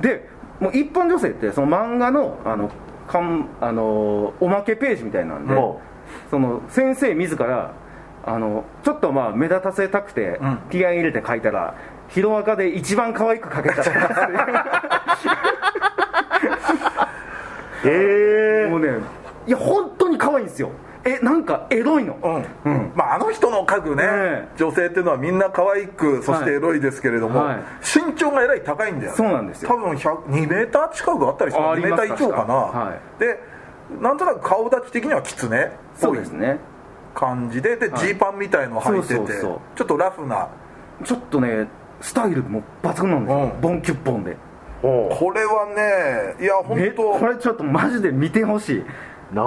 Speaker 2: でもう一般女性ってその漫画のあのかんあのおまけページみたいなんで、
Speaker 3: うん
Speaker 2: その先生自らあのちょっとまあ目立たせたくて、
Speaker 1: ん
Speaker 2: 気合い入れて書いたらヒロアカで一番可愛く描けち ゃったっていう
Speaker 3: ええ
Speaker 2: もうねいや本当に可愛いんですよえなんかエロいの、
Speaker 1: うんまあ、あの人の家具ね、
Speaker 2: ええ
Speaker 1: 女性っていうのはみんな可愛くそしてエロいですけれども、
Speaker 2: はい
Speaker 1: 身長がえらい高いんだよね
Speaker 2: そうなんですよ
Speaker 1: 多分100 2メーター近くあったりする
Speaker 2: あ
Speaker 1: 2
Speaker 2: あり
Speaker 1: メー
Speaker 2: ま
Speaker 1: タ
Speaker 2: す
Speaker 1: ー以上かな、
Speaker 2: は
Speaker 1: でなんとなく顔立ち的にはキツネっ
Speaker 2: そ
Speaker 1: ぽ
Speaker 2: う
Speaker 1: い
Speaker 2: ですね
Speaker 1: 感じででジー、
Speaker 2: い
Speaker 1: パンみたいの履いてて
Speaker 2: そうそうそう
Speaker 1: ちょっとラフな
Speaker 2: ちょっとねスタイルも抜群なんですよ、
Speaker 1: うん
Speaker 2: ボンキュッボンで
Speaker 3: おう
Speaker 1: これはねいや本
Speaker 2: め
Speaker 1: 当
Speaker 2: これちょっとマジで見てほしい
Speaker 3: なあ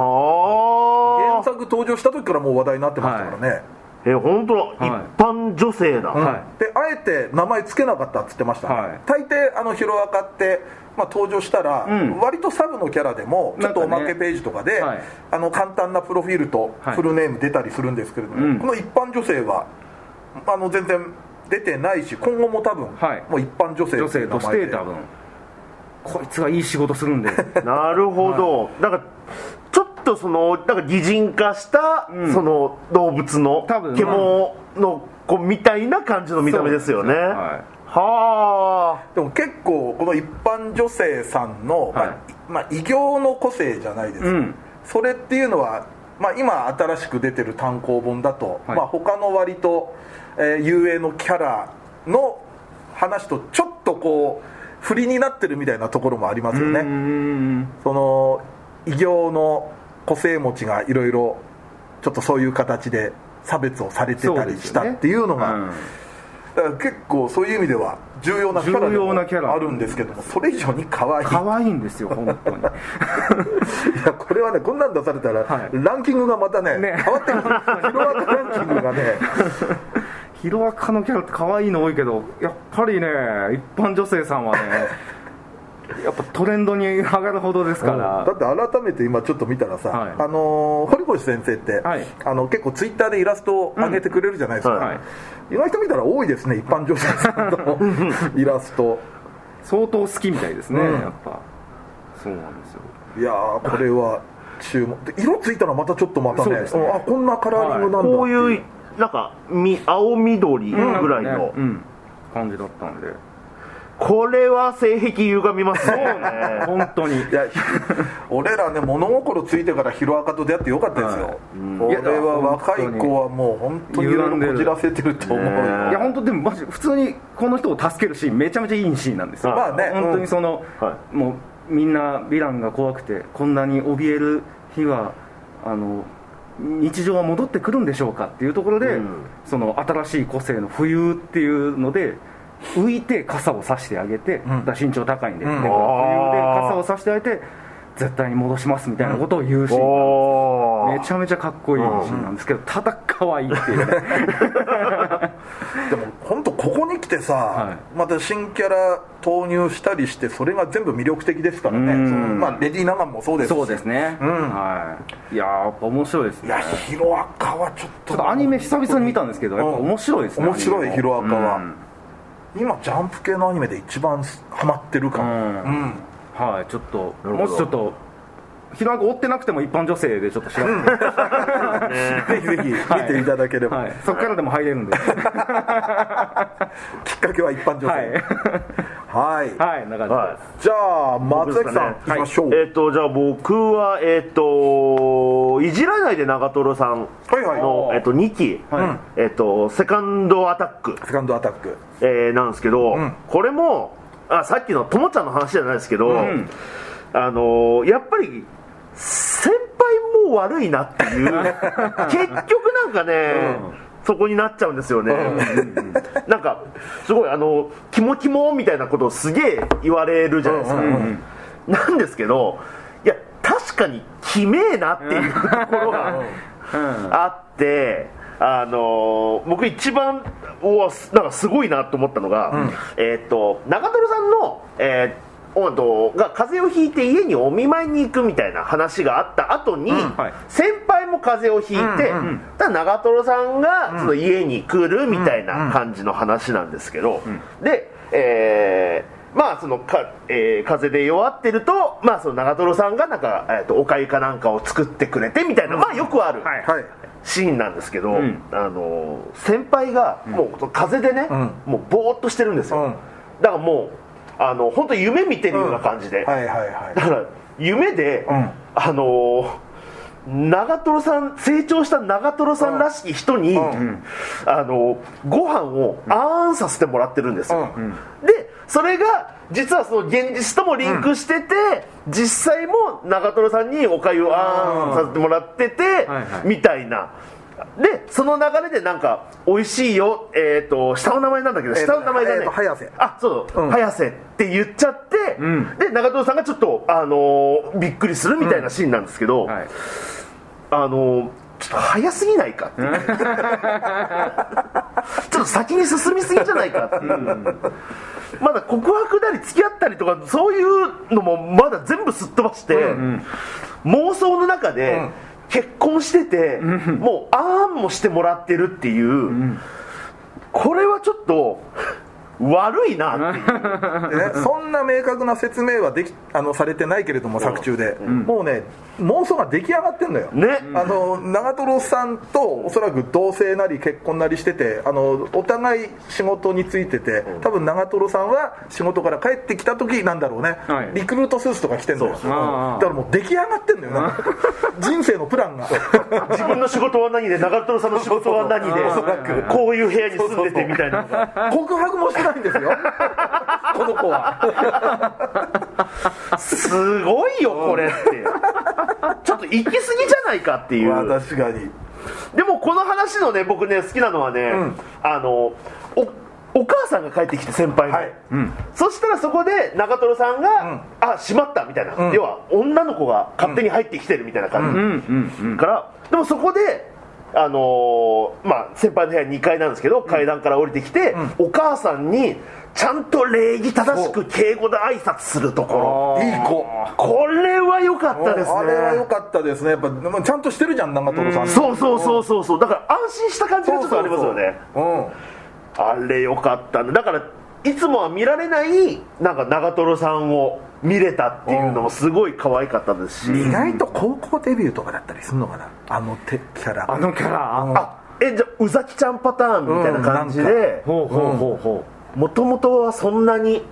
Speaker 1: 原作登場した時からもう話題になってましたからね、
Speaker 3: えー本当だ、
Speaker 2: はい
Speaker 3: 一般女性だ、
Speaker 2: はい
Speaker 1: であえて名前つけなかったっつってました、
Speaker 2: はい
Speaker 1: 大抵あのヒロアカって、まあ、登場したら、
Speaker 2: うん
Speaker 1: 割とサブのキャラでもちょっとおま
Speaker 2: なん
Speaker 1: け
Speaker 2: かね
Speaker 1: ページとかで
Speaker 2: はい
Speaker 1: あの簡単なプロフィールと
Speaker 2: はい
Speaker 1: フルネーム出たりするんですけれども、
Speaker 2: うん
Speaker 1: この一般女性はあの全然出てないし今後も多分、
Speaker 2: はい
Speaker 1: もう一般女性
Speaker 2: 女
Speaker 1: ってい
Speaker 2: 性
Speaker 1: う名
Speaker 2: とし
Speaker 1: 前
Speaker 2: て
Speaker 1: で
Speaker 2: 多分こいつがいい仕事するん で
Speaker 3: なるほど、なんかちょっとそのなんか擬人化した、
Speaker 2: うん
Speaker 3: その動物の
Speaker 2: 多分
Speaker 3: 獣の子みたいな感じの見た目ですよね
Speaker 2: そうなんですよ
Speaker 3: はあ
Speaker 1: でも結構この一般女性さんの、まあ
Speaker 2: はい
Speaker 1: いまあ、異形の個性じゃないですか、
Speaker 2: うん
Speaker 1: それっていうのは、まあ、今新しく出てる単行本だと、
Speaker 2: はい
Speaker 1: まあ、他の割と、えー、遊泳のキャラの話とちょっとこう振りになってるみたいなところもありますよ
Speaker 2: うー
Speaker 1: ね
Speaker 2: ん
Speaker 1: その異形の個性持ちがいろいろちょっとそういう形で差別をされてたりしたっていうのが
Speaker 2: ん
Speaker 1: だから結構そういう意味では重要なキャラで
Speaker 2: 重要なキャ
Speaker 1: も
Speaker 2: ラ
Speaker 1: あるんですけどもそれ以上に可愛い
Speaker 2: 可愛いんです よ本当に
Speaker 1: いやこれはねこんなん出されたら、
Speaker 2: はい
Speaker 1: ランキングがまたね
Speaker 2: ね
Speaker 1: 変わってくるヒロアカランキングがね
Speaker 2: ヒロアカのキャラって可愛いの多いけどやっぱりね一般女性さんはね やっぱトレンドに上がるほどですから、
Speaker 1: だって改めて今ちょっと見たらさ、
Speaker 2: はい
Speaker 1: あのー堀越先生って、
Speaker 2: はい
Speaker 1: あの結構ツイッターでイラストを上げてくれるじゃないですか、
Speaker 3: うん
Speaker 2: はい
Speaker 1: 意外と見たら多いですね一般女性さん のイラスト
Speaker 2: 相当好きみたいですね、
Speaker 1: うん
Speaker 2: やっぱそうなんですよ
Speaker 1: いやーこれは注目で色ついたらまたちょっとまた
Speaker 2: そう
Speaker 1: ね
Speaker 2: ですね
Speaker 1: あこんなカラーリングなんだっていう、
Speaker 3: こういうなんかみ青緑ぐらいの、
Speaker 2: うんうん感じだったんで
Speaker 3: これは性癖歪みますね
Speaker 2: 本当 に
Speaker 1: いや俺らね物心ついてからヒロアカと出会ってよかったですよ、
Speaker 2: はい
Speaker 1: こ
Speaker 2: い
Speaker 1: れ
Speaker 2: や
Speaker 1: は若い子はもう本当にいろいろこじらせてると思うよ、
Speaker 3: 歪んでるね
Speaker 2: いや本当でもマジ普通にこの人を助けるシーンめちゃめちゃいいシーンなんですよ、
Speaker 1: まあね
Speaker 2: 本当にその、
Speaker 3: は
Speaker 2: もうみんなヴィランが怖くてこんなに怯える日はあの日常は戻ってくるんでしょうかっていうところで、
Speaker 3: うん
Speaker 2: その新しい個性の浮遊っていうので浮いて傘を差してあげて、
Speaker 1: ん
Speaker 2: だから身長高いんで、
Speaker 1: うん
Speaker 2: だから浮遊で傘を差してあげて絶対に戻しますみたいなことを言うシーン、
Speaker 3: おー
Speaker 2: めちゃめちゃかっこいいシーンなんですけど、ただ可愛いっていうね
Speaker 1: でも本当ここに来てさ、
Speaker 2: はい
Speaker 1: また新キャラ投入したりしてそれが全部魅力的ですからね、
Speaker 2: うん
Speaker 1: そのまあ、レディー・ナガンもそうですし
Speaker 2: そうですね、
Speaker 1: うん
Speaker 2: はいいやーやっぱ面白いです
Speaker 1: い
Speaker 2: ね
Speaker 1: やヒロアカはちょっ
Speaker 2: ち
Speaker 1: と
Speaker 2: ょっとアニメ久々に見たんですけどやっぱ面白いですね
Speaker 1: 面白いヒロアカは、
Speaker 2: うん
Speaker 1: 今ジャンプ系のアニメで一番ハマってるかも、
Speaker 2: う
Speaker 1: うん
Speaker 2: はいちょっと
Speaker 3: るほ
Speaker 2: も
Speaker 3: ど
Speaker 2: しちょっとヒロアカ追ってなくても一般女性でちょっと調
Speaker 1: ぜ
Speaker 2: べて、
Speaker 1: ひぜひ見ていただければ、
Speaker 2: はい、そこからでも入れる んでは
Speaker 1: きっかけは一般女性
Speaker 2: い
Speaker 1: はい、
Speaker 2: はいな感じ
Speaker 3: はい
Speaker 1: じゃあ松崎さん、
Speaker 3: 僕です
Speaker 1: 行
Speaker 3: か
Speaker 1: きましょう、
Speaker 3: えっ、とじゃあ僕はえっ、といじらないで長瀞さん
Speaker 1: はいはい
Speaker 3: の、えっと2期、
Speaker 1: は
Speaker 3: えっ、とセカンドアタック、
Speaker 1: セカンドアタック
Speaker 3: えーなんですけど、
Speaker 1: うん
Speaker 3: これもあさっきのともちゃんの話じゃないですけど、
Speaker 2: ん
Speaker 3: あのーやっぱり先輩も悪いなっていう結局なんかね、そこになっちゃうんですよね、なんかすごいあのキモキモみたいなことをすげえ言われるじゃないですか、
Speaker 1: うんうんう
Speaker 3: なんですけどいや確かにきめえなっていうところがあって、あのー僕一番おわすなんかすごいなと思ったのが、えーっと長瀞さんの、えーおっとが風邪をひいて家にお見舞いに行くみたいな話があった後に、
Speaker 2: はい
Speaker 3: 先輩も風邪をひいて、ただ長瀞さんがその家に来るみたいな感じの話なんですけど、で、えーまあそのかえー風邪で弱ってると、まあ、その長瀞さんがなんか、えーとおかゆかなんかを作ってくれてみたいな、まあよくある、
Speaker 2: はい
Speaker 1: はい
Speaker 3: シーンなんですけど、
Speaker 2: ん
Speaker 3: あの先輩がもう風でね、
Speaker 1: うん
Speaker 3: もうぼーっとしてるんですよ、
Speaker 1: うん
Speaker 3: だからもうあの本当夢見てるような感じで、
Speaker 1: はいはいはい
Speaker 3: だから夢で、
Speaker 1: うん
Speaker 3: あの長瀞さん成長した長瀞さんらしき人に、
Speaker 1: うんう
Speaker 3: あのご飯をあーんさせてもらってるんですよ、
Speaker 1: うん
Speaker 3: でそれが実はその現実ともリンクしてて、実際も長瀞さんにおかゆをあーんさせてもらってて、
Speaker 2: はいはい
Speaker 3: みたいなでその流れでなんか美味しいよえっ、と下の名前なんだけど、
Speaker 1: えーと
Speaker 3: 下の名前がね、
Speaker 1: えーと早瀬
Speaker 3: あそうそう、
Speaker 1: うん
Speaker 3: 早瀬って言っちゃって、
Speaker 2: ん
Speaker 3: で長友さんがちょっと、あのーびっくりするみたいなシーンなんですけど、
Speaker 2: はい
Speaker 3: あのーちょっと早すぎないかっていう ちょっと先に進みすぎじゃないかっていう、まだ告白なり付き合ったりとかそういうのもまだ全部すっ飛ばして、妄想の中で、
Speaker 1: うん
Speaker 3: 結婚してて、もうあーんもしてもらってるっていう、これはちょっと悪いなっていう
Speaker 1: でね、そんな明確な説明はできあのされてないけれども、作中で、もうね、妄想が出来上がってんのよ、
Speaker 3: ね
Speaker 1: あの長瀞さんとおそらく同棲なり結婚なりしてて、あのお互い仕事についてて、多分長瀞さんは仕事から帰ってきた時なんだろうね、
Speaker 2: はい
Speaker 1: リクルートスーツとか着てんのよ、だ
Speaker 3: そう
Speaker 2: ああ
Speaker 1: からもう出来上がってんのよ、なんか人生のプランが。
Speaker 3: 自分の仕事は何で長友さんの仕事は何で
Speaker 1: そうそうそうおそらく
Speaker 3: こういう部屋に住んでてみたいなのが
Speaker 1: 告白もしてないんですよこの子は
Speaker 3: すごいよこれって ちょっと行き過ぎじゃないか ってい
Speaker 1: 確
Speaker 3: う
Speaker 1: かに
Speaker 3: でもこの話のね僕ね好きなのはね、
Speaker 1: ん
Speaker 3: あのおお母さんが帰ってきて先輩の、
Speaker 1: はい
Speaker 3: そしたらそこで長瀞さんが「あしまった」みたいな、
Speaker 1: ん
Speaker 3: 要は女の子が勝手に入ってきてるみたいな感じ、
Speaker 2: うんうんうん
Speaker 3: からでもそこであのーまあ先輩の部屋2階なんですけど階段から降りてきて、お母さんにちゃんと礼儀正しく敬語で挨拶するところ
Speaker 1: いい子
Speaker 3: これは良かったですね
Speaker 1: あれは良かったですねやっぱでもちゃんとしてるじゃん長友さん
Speaker 3: そうそうそうそうそうだから安心した感じがちょっとありますよね
Speaker 1: うん
Speaker 3: あれ良かったねだからいつもは見られないなんか長瀞さんを見れたっていうのもすごい可愛かったですし、
Speaker 1: 意外と高校デビューとかだったりするのかなあの手キャラ
Speaker 2: あのキャラ
Speaker 3: あえじゃあうざきちゃんパターンみたいな感じ
Speaker 1: うん
Speaker 3: で
Speaker 2: ほうほうほうほ
Speaker 3: もともとはそんなに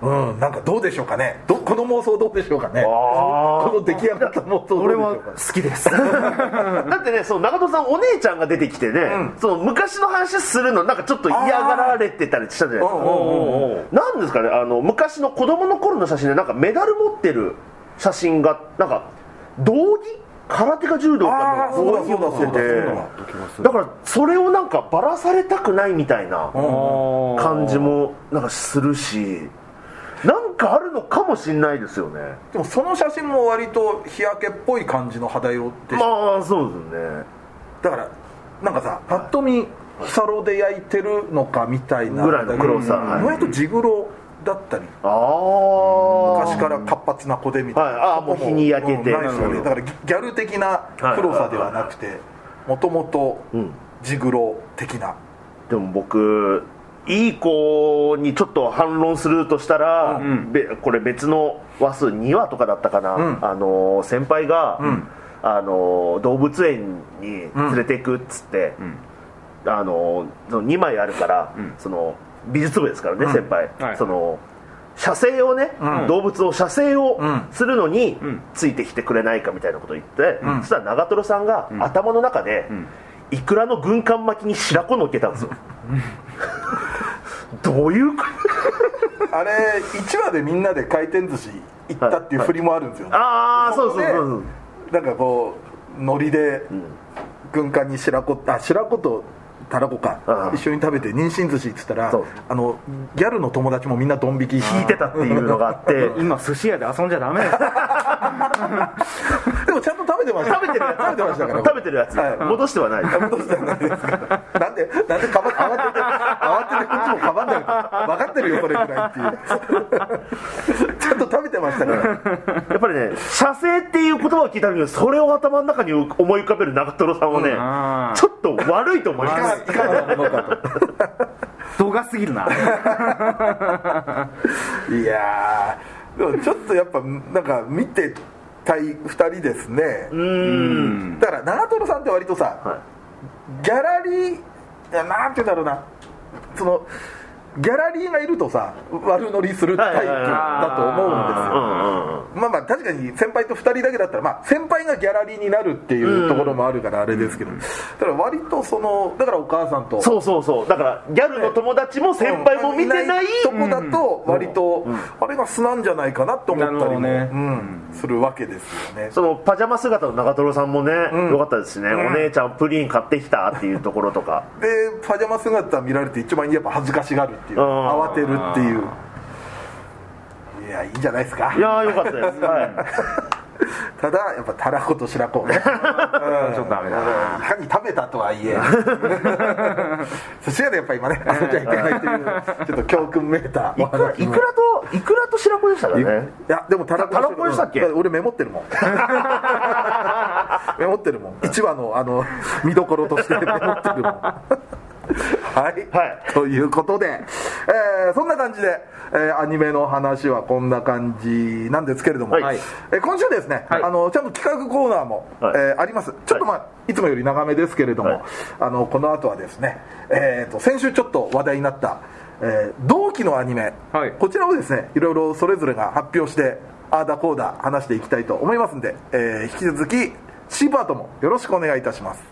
Speaker 1: うんなんかどうでしょうかねどこの妄想どうでしょうかね
Speaker 3: あ
Speaker 1: この出来上がった妄想
Speaker 2: う
Speaker 1: どうで
Speaker 2: 俺
Speaker 1: しょ
Speaker 2: は
Speaker 1: うか
Speaker 2: 好きです
Speaker 3: だってねその長友さんお姉ちゃんが出てきてね、その昔の話するのなんかちょっと嫌がられてたりしたじゃないです
Speaker 1: う
Speaker 3: か
Speaker 1: んうんうん
Speaker 3: なんですかねあの昔の子供の頃の写真でなんかメダル持ってる写真がなんか道着空手か柔道か
Speaker 1: あー
Speaker 3: の
Speaker 1: そうだ
Speaker 3: 道
Speaker 1: そう
Speaker 3: 着
Speaker 1: だ
Speaker 3: を持ってて
Speaker 1: そうだそうだ
Speaker 3: だからそれをなんかバラされたくないみたいな
Speaker 2: ああ
Speaker 3: 感じもなんかするしなんかあるのかもしれないですよね
Speaker 1: でもその写真も割と日焼けっぽい感じの肌色でし
Speaker 3: まあそうですよね
Speaker 1: だからなんかさパッと見サロで焼いてるのかみたいな
Speaker 3: ぐらいの黒さ
Speaker 1: うん意外と地黒だったり
Speaker 3: ああ
Speaker 1: 昔から活発な子でみたいな、
Speaker 3: はいあーもう日に焼けて
Speaker 1: うんないですよね
Speaker 3: うん
Speaker 1: だからギャル的な黒さではなくてもともと
Speaker 3: うん
Speaker 1: 地黒的な
Speaker 3: でも僕いい子にちょっと反論するとしたら、
Speaker 2: ん
Speaker 3: べこれ別の話数2話とかだったかな、
Speaker 1: うん
Speaker 3: あのー先輩が、
Speaker 1: ん
Speaker 3: あのー動物園に連れていくっつって、あのーその2枚あるから、その美術部ですからね、先輩、
Speaker 2: はい
Speaker 3: その写生をね、
Speaker 1: うん
Speaker 3: 動物を写生を
Speaker 1: うん
Speaker 3: するのに
Speaker 2: ん
Speaker 3: ついてきてくれないかみたいなことを言って、
Speaker 1: ん
Speaker 3: そしたら長瀞さんが頭の中で、いくらの軍艦巻きに白子のっけたんですよどういうこ
Speaker 1: あれ1話でみんなで回転寿司行ったっていう振りもあるんですよ、
Speaker 3: とああそうそうそうそう
Speaker 1: なんかこう海苔で軍艦に白子あ白子とたらこか
Speaker 3: うん
Speaker 1: 一緒に食べて妊娠寿司っつったら
Speaker 3: そう
Speaker 1: あのギャルの友達もみんなドン引き
Speaker 3: 聞いてたっていうのがあって
Speaker 2: 今寿司屋で遊んじゃダメ です
Speaker 1: でもちゃんと食べてました
Speaker 3: 食べてるやつ
Speaker 1: 食べてましたから
Speaker 3: 食べてるやつ、
Speaker 1: はい
Speaker 3: 戻してはない
Speaker 1: どうしたんですかなんでなんでかば慌てて慌ててこっちもかばんだよ分かってるよそれぐらいっていう ちゃんと食べてましたから
Speaker 3: やっぱりね写生っていう言葉を聞いた時にそれを頭の中に思い浮かべる長瀞さんはね、
Speaker 2: あー
Speaker 3: ちょっと悪いと思いま
Speaker 1: い
Speaker 3: す
Speaker 1: かがいかがなものか
Speaker 2: 度が過ぎるな
Speaker 1: といやーでもちょっとやっぱなんか見てたい2人ですね
Speaker 3: うん
Speaker 1: だから長瀞さんって割とさ、
Speaker 3: は
Speaker 1: ギャラリーいやなんて言うんだろうなそのギャラリーがいるとさ悪乗りするタイプだと思うんですよ
Speaker 3: うんうんうん
Speaker 1: まあまあ確かに先輩と2人だけだったら、まあ、先輩がギャラリーになるっていうところもあるからあれですけど、だから割とそのだからお母さんと
Speaker 3: そうそうそうだからギャルの友達も先輩も見てない
Speaker 1: とこだと割とあれが素なんじゃないかなと思ったりも、
Speaker 2: なるほどね
Speaker 1: うん、するわけですよね
Speaker 3: そのパジャマ姿の長瀞さんもね、
Speaker 1: ん
Speaker 3: よかったですしね、お姉ちゃんプリン買ってきたっていうところとか
Speaker 1: でパジャマ姿見られて一番やっぱ恥ずかしがるっていう
Speaker 3: うん
Speaker 1: 慌てるっていういやいいんじゃないですか
Speaker 3: いやーよかったです、は
Speaker 1: ただやっぱたらこと白子ね、うん
Speaker 2: ちょっとダメだない
Speaker 1: かに食べたとはいえ寿司屋でやっぱ今ね遊んじゃいけないというちょっと教訓めいた
Speaker 3: いくらいくらといくらと白子でしたからね
Speaker 1: いやでもたらこ
Speaker 3: たらこでしたっけ
Speaker 1: うん俺メモ ってるもんメモってるもん一話のあの見どころとしてメ モってるもんはい、
Speaker 3: はい
Speaker 1: ということで、えーそんな感じで、えーアニメの話はこんな感じなんですけれども、
Speaker 3: はい
Speaker 1: えー今週ですね、
Speaker 2: はい
Speaker 1: あのちゃんと企画コーナーも、
Speaker 3: はい
Speaker 1: えーありますちょっとまあ、い、つもより長めですけれども、
Speaker 3: はい
Speaker 1: あのこの後はですね、えー、と先週ちょっと話題になった、えー同期のアニメ、
Speaker 2: はい
Speaker 1: こちらをですねいろいろそれぞれが発表してあーだこーだ話していきたいと思いますんで、えー引き続き C パートもよろしくお願いいたします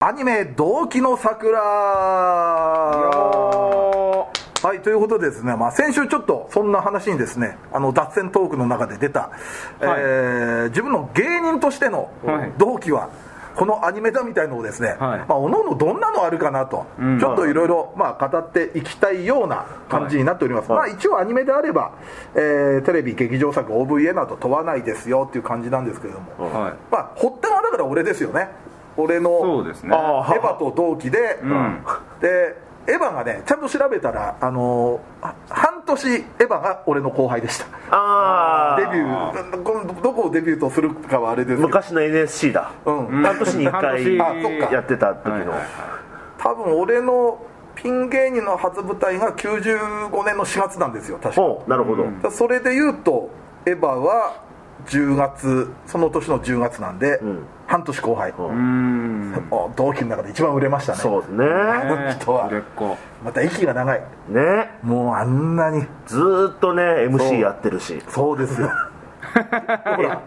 Speaker 1: アニメ「同期の桜」はいということでですね、まあ、先週ちょっとそんな話にですねあの脱線トークの中で出た、えー自分の芸人としての
Speaker 2: はい
Speaker 1: 同期はこのアニメだみたいのをですね、
Speaker 2: はい
Speaker 1: まあ、おののどんなのあるかなと、
Speaker 2: うん
Speaker 1: ちょっといろいろまあ語っていきたいような感じになっております、まあ、一応アニメであれば、えーテレビ劇場作 OVA など問わないですよっていう感じなんですけれども、
Speaker 2: はい
Speaker 1: まあ、発端はだから俺ですよね俺の
Speaker 2: そうですね
Speaker 1: あーエヴァと同期で、
Speaker 2: ん
Speaker 1: でエヴァがねちゃんと調べたら、あのーは半年エヴァが俺の後輩でした
Speaker 3: あ
Speaker 1: デ
Speaker 3: あ
Speaker 1: ビューこのどこをデビューとするかはあれですけど
Speaker 3: 昔の NSC だ
Speaker 1: うん
Speaker 3: 半年に1
Speaker 2: 半
Speaker 3: 回
Speaker 2: 年
Speaker 1: あそっか
Speaker 3: やってた時
Speaker 2: はい
Speaker 3: の
Speaker 2: はい
Speaker 1: 多分俺のピン芸人の初舞台が95年の4月なんですよ確か
Speaker 3: ほうなるほど
Speaker 2: うん
Speaker 1: だそれで言うとエヴァは10月その年の10月なんで、
Speaker 3: ん
Speaker 1: 半年後輩、
Speaker 2: うーんね
Speaker 1: お同期の中で一番売れましたね
Speaker 3: そうですね
Speaker 1: の人は
Speaker 2: 売れっ子
Speaker 1: また息が長い
Speaker 3: ね
Speaker 1: もうあんなに
Speaker 3: ずーっとね
Speaker 1: そう
Speaker 3: MC やってるし
Speaker 1: そうですよほら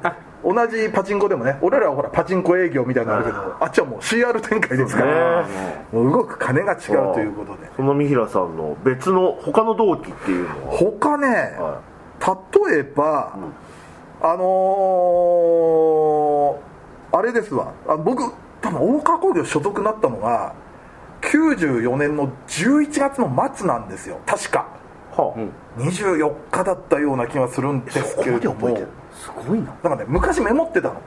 Speaker 1: 同じパチンコでもね俺らはほらパチンコ営業みたいなのあるけどあっちはもう CR 展開ですから
Speaker 3: ね
Speaker 1: もう動く金が違うということで
Speaker 3: その三平さんの別の他の同期っていうのは
Speaker 1: 他ね、
Speaker 3: は
Speaker 1: 例えば、あのーあれですわあ僕多分大川工業所属になったのが94年の11月の末なんですよ確か
Speaker 3: はあ
Speaker 1: 24日だったような気がするんですけれど
Speaker 3: そこま
Speaker 1: も
Speaker 3: で覚えてる
Speaker 2: すごいな
Speaker 1: なんかね昔メモってたの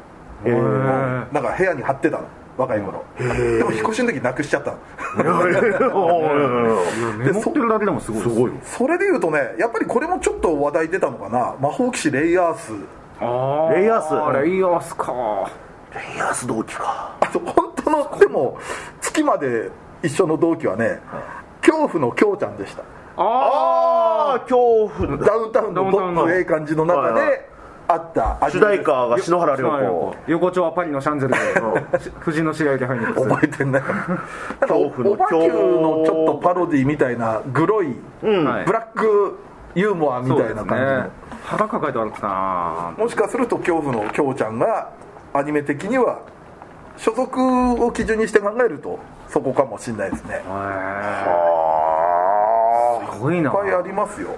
Speaker 3: えー
Speaker 1: なんか部屋に貼ってたの若い頃でも引っ越しの時なくしちゃったの
Speaker 2: メモってるだけでもすごいすごい
Speaker 1: それでいうとねやっぱりこれもちょっと話題出たのかな魔法騎士レイヤース
Speaker 2: ああ
Speaker 3: レイアース
Speaker 2: レイアースか
Speaker 3: レイヤース同期か
Speaker 1: あと本当のでも月まで一緒の同期はね恐怖の京ちゃんでした
Speaker 2: あ
Speaker 3: ああ恐怖
Speaker 1: ダウンタウンの
Speaker 2: ダウン
Speaker 1: ど
Speaker 2: タウンの
Speaker 1: っぷええ感じの中
Speaker 3: はいはい
Speaker 1: であったアニ
Speaker 3: 主
Speaker 1: メ
Speaker 3: 題歌が篠原涼子
Speaker 2: 横丁はパリのシャンゼリゼし藤の知り合いで入って
Speaker 1: 覚えてん ないかななんか
Speaker 3: 恐怖の
Speaker 1: おばきゅうのちょっとパロディみたいなグロい
Speaker 3: うん
Speaker 2: はい
Speaker 1: ブラックユーモアみたいな感じの、
Speaker 2: 腹抱えて歩くな
Speaker 1: もしかすると恐怖の京ちゃんがアニメ的には所属を基準にして考えるとそこかもしれないですね
Speaker 2: すごい
Speaker 1: いっ
Speaker 2: な
Speaker 1: ぱいありますよ